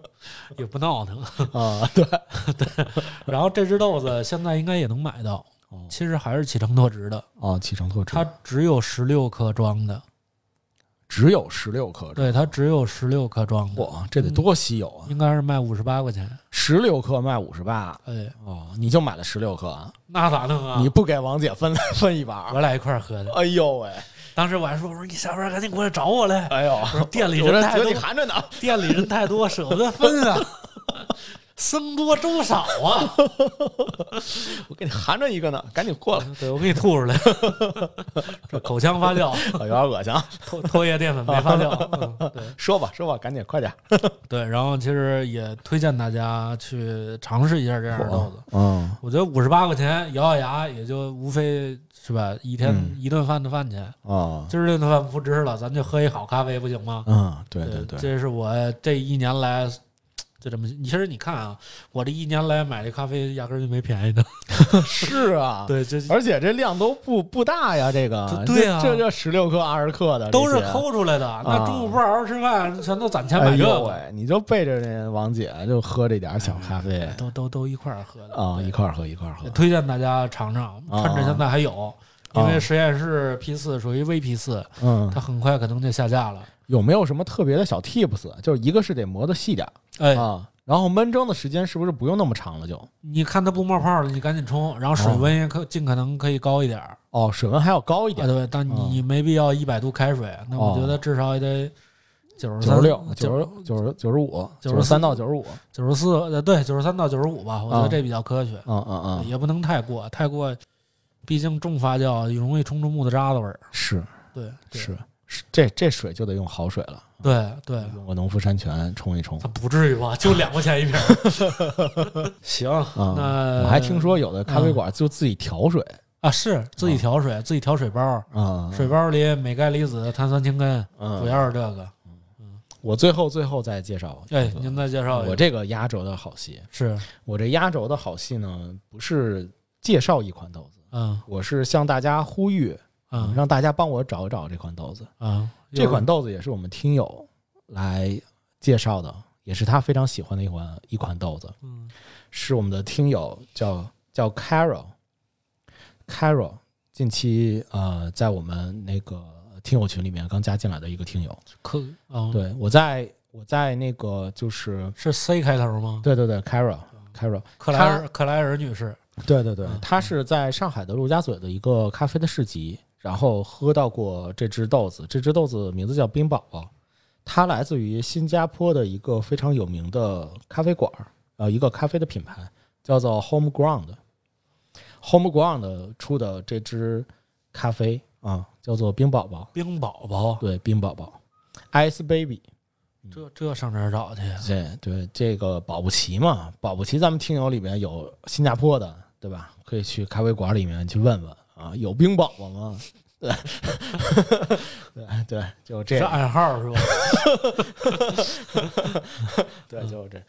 也不闹腾。啊，对，然后这只豆子现在应该也能买到哦，其实还是启程拓殖的，哦，启程拓它车只有十六克装的。只有十六克，对，它只有十六克装的，哇，这得多稀有啊！应该是卖五十八块钱。十六克卖五十八，哎，哦，你就买了十六克啊？那咋弄啊？你不给王姐分 分一把？我俩一块儿喝的。哎呦喂，当时我还说，我说你下班赶紧过来找我来，哎呦，我说 店里有人人太嘴多里，含着呢。店里人太多，舍不得分 啊，僧多粥少啊。我给你含着一个呢，赶紧过来， 对，我给你吐 出来，这口腔发酵，有点恶心啊！唾唾液淀粉没发 酵。嗯对说吧，说吧，赶紧快点。对，然后其实也推荐大家去尝试一下这样的豆子。嗯，我觉得五十八块钱咬咬牙也就无非是吧，一天、嗯一顿饭的饭钱。哦，今儿这顿饭不吃了，咱就喝一好咖啡不行吗？嗯，对对对，这是我这一年来就这么。其实你看啊，我这一年来买这咖啡压根儿就没便宜的。是 啊，对，这而且这量都不不大呀，这个这对啊这这这十六克二十克的都是这些抠出来的。那中午不好好吃饭，全都攒钱买啊哎这呦个，喂，你就背着那王姐就喝这点小咖啡都都都一块儿喝的啊，哎对一块儿喝一块儿喝也。推荐大家尝尝，啊趁着现在还有，啊因为实验室 P 四属于 VP 四，嗯，它很快可能就下架了。有没有什么特别的小 tips？就是一个是得磨的细点儿哎，啊，然后焖蒸的时间是不是不用那么长了就？你看它不冒泡了，你赶紧冲，然后啊水温也可尽可能可以高一点儿。哦，水温还要高一啊，点，对，但嗯你没必要一百度开水，那我哦觉得至少也得九十九三十六、九九十九十九十五、 94九十三到九十五，九十四，呃，对，九十三到九十五吧，我觉得啊这比较科学，嗯嗯嗯，也不能太过，太过，毕竟重发酵容易冲出木头渣子味儿。是对，对是是，这这水就得用好水了，对对，用个农夫山泉冲一冲它。不至于吧？就两块钱一瓶儿。 行，嗯那我还听说有的咖啡馆就自己调水啊，是自己调水，自己调水包，啊，嗯水包里镁钙离子、碳酸氢根，嗯主要是这个。我最后最后再介绍一个，哎，您再介绍一我个，这个压轴的好戏，是我这压轴的好戏呢，不是介绍一款豆子，嗯我是向大家呼吁，嗯让大家帮我找一找这款豆子。嗯，这款豆子也是我们听友来介绍的，也是他非常喜欢的一款一款豆子，嗯是我们的听友叫叫 Carol。Carol 近期呃，在我们那个听友群里面刚加进来的一个听友，可嗯对我在我在那个就是是 C 开头吗？对对对，Carol Carol，克莱尔克莱尔女士，对对对嗯，他是在上海的陆家嘴的一个咖啡的市集，然后喝到过这只豆子，这只豆子名字叫冰宝宝，它来自于新加坡的一个非常有名的咖啡馆儿，呃，一个咖啡的品牌叫做 Home Ground。Home Ground 出的这支咖啡啊，叫做冰宝宝，冰宝宝，对，冰宝宝，Ice Baby。这这上哪儿找去？对对，这个保不齐嘛，保不齐咱们听友里面有新加坡的，对吧？可以去咖啡馆里面去问问啊，有冰宝宝吗？ 对，对对，就这是样，暗 号是吧？对，就这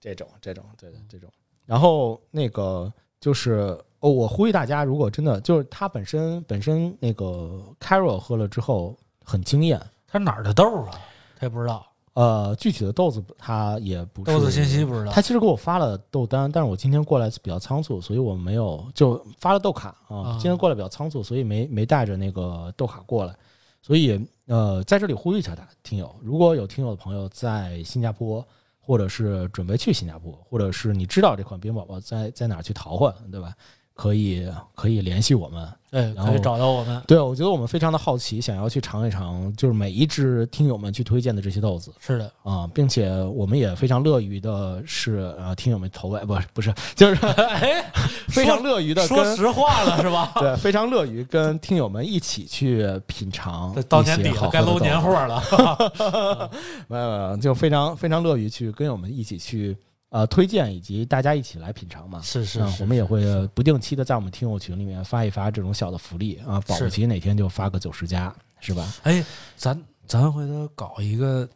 这种这种，对对这种。然后那个就是哦，我呼吁大家，如果真的就是它本身本身那个 Carol 喝了之后很惊艳，它哪儿的豆儿啊？他也不知道，呃，具体的豆子它也不是豆子信息不知道。他其实给我发了豆单，但是我今天过来比较仓促，所以我没有就发了豆卡啊。啊今天过来比较仓促，所以没没带着那个豆卡过来。所以呃，在这里呼吁一下大家听友，如果有听友的朋友在新加坡，或者是准备去新加坡，或者是你知道这款冰宝宝在在哪儿去淘换，对吧？可以可以联系我们。对，然可以后找到我们。对，我觉得我们非常的好奇，想要去尝一尝，就是每一只听友们去推荐的这些豆子。是的，啊、并且我们也非常乐于的是，呃，听友们投喂，不是不是，就是 哎，非常乐于的说跟实话了是吧？对，非常乐于跟听友们一起去品尝这到 一年些底好喝了，该的搂豆年子货， 了。没有没有，就非常非常乐于去跟我们一起去呃推荐，以及大家一起来品尝嘛。是是嗯是，我们也会不定期的在我们听友群里面发一发这种小的福利啊，保不是齐哪天就发个九十加，是吧？哎，咱咱回头搞一个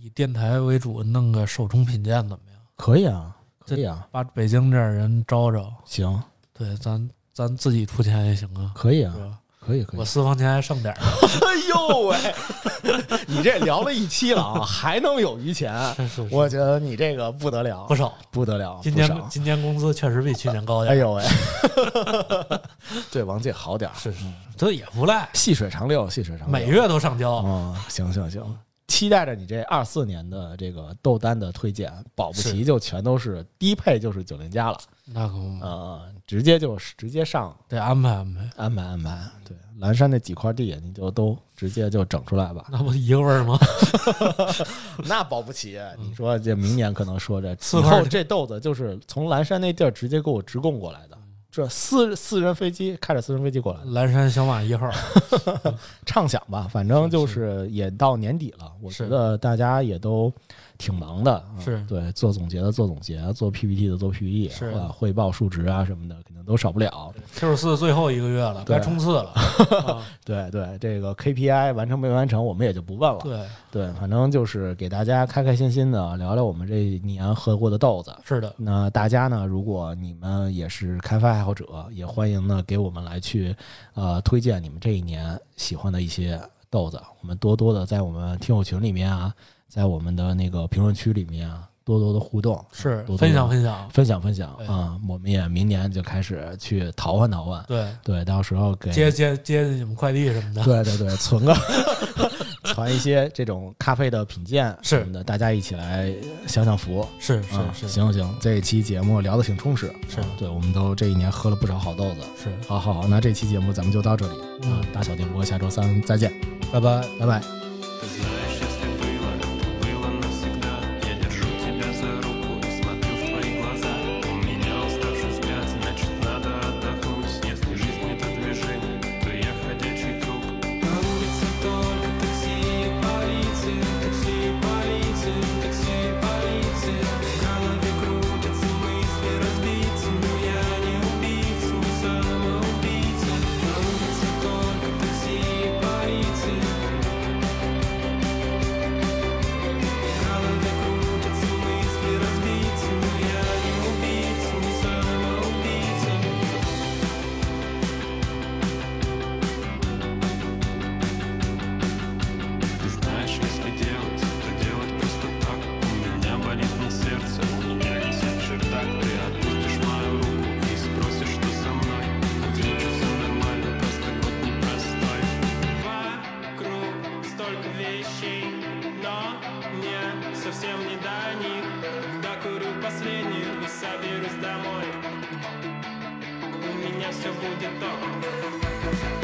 以电台为主，弄个手冲品鉴怎么样？可以啊，这可以啊，把北京这儿人招招，行，对，咱咱自己出钱也行啊，可以啊是，吧？可以可以我。私房钱还剩点 儿呢， 哎呦喂，你这聊了一期了 啊，还能有余钱？是是是我觉得你这个不得了不，少。不得了，今啊不年少。今年工资确实比去年高点哎儿，呦喂， 对王姐好点儿，是是，这也不赖，细水长流，细水长流。每月都上交，啊、行行行，期待着你这二四年的这个豆单的推荐，保不齐就全都是低配就是九零加了那可不啊、直接就是直接上得安排安排，安排安排。对，蓝山那几块地你就都直接就整出来吧。那不一个味 儿吗？那保不齐，啊你说这明年可能说这四以块后这豆子就是从蓝山那地儿直接给我直供过来嗯的，这四四人飞机开着私人飞机过来的，蓝山小马一号，畅想吧，反正就是是也到年底了，我是觉得大家也都挺忙的，啊是对做总结的做总结，做 PPT 的做 PPT，是啊，汇报数值啊什么的，肯定都少不了。 Q 四最后一个月了，对该 冲刺了。啊对对，这个 KPI 完成没完成，我们也就不问了。对，对，反正就是给大家开开心心的聊聊我们这一年喝过的豆子，是的，那大家呢，如果你们也是开发爱好者，也欢迎呢给我们来去呃推荐你们这一年喜欢的一些豆子，我们多多的在我们听友群里面啊，在我们的那个评论区里面啊，多多的互动，是多多地分享分享，分享分享对啊、我们也明年就开始去淘换淘换，对，对，嗯到时候给接接接你们快递什么的，对对对，存个 传一些这种咖啡的品鉴是什么的，大家一起来享享福。是啊是是行行，这一期节目聊得挺充实，是啊对我们都这一年喝了不少好豆子。是，好好好，那这期节目咱们就到这里啊嗯，，大小电波下周三再见，拜拜。拜拜。 Ты знаешь, если было, было навсегда Я держу тебя за руку и смотрю в твои глаза У меня уставший взгляд, значит надо отдохнуть Если жизнь это движение, то я ходячий труп На улице только такси и полиция Такси и полиция, такси и полиция В голове крутятся мысли разбиться Но я не убийца, не самоубийца На улице только такси и полиция голове крутятся мысли разбиться, но я не убийца, не самоубийца. Ты знаешь, если делать, то делать просто так У меня болит не сердце, у меня висит чердак Ты отпустишь мою руку и спросишь, что со мной Отвечу, все нормально, просто год непростой Вокруг столько вещей, но мне совсем не до них Докурю последнюю и соберусь домой У меня все будет ок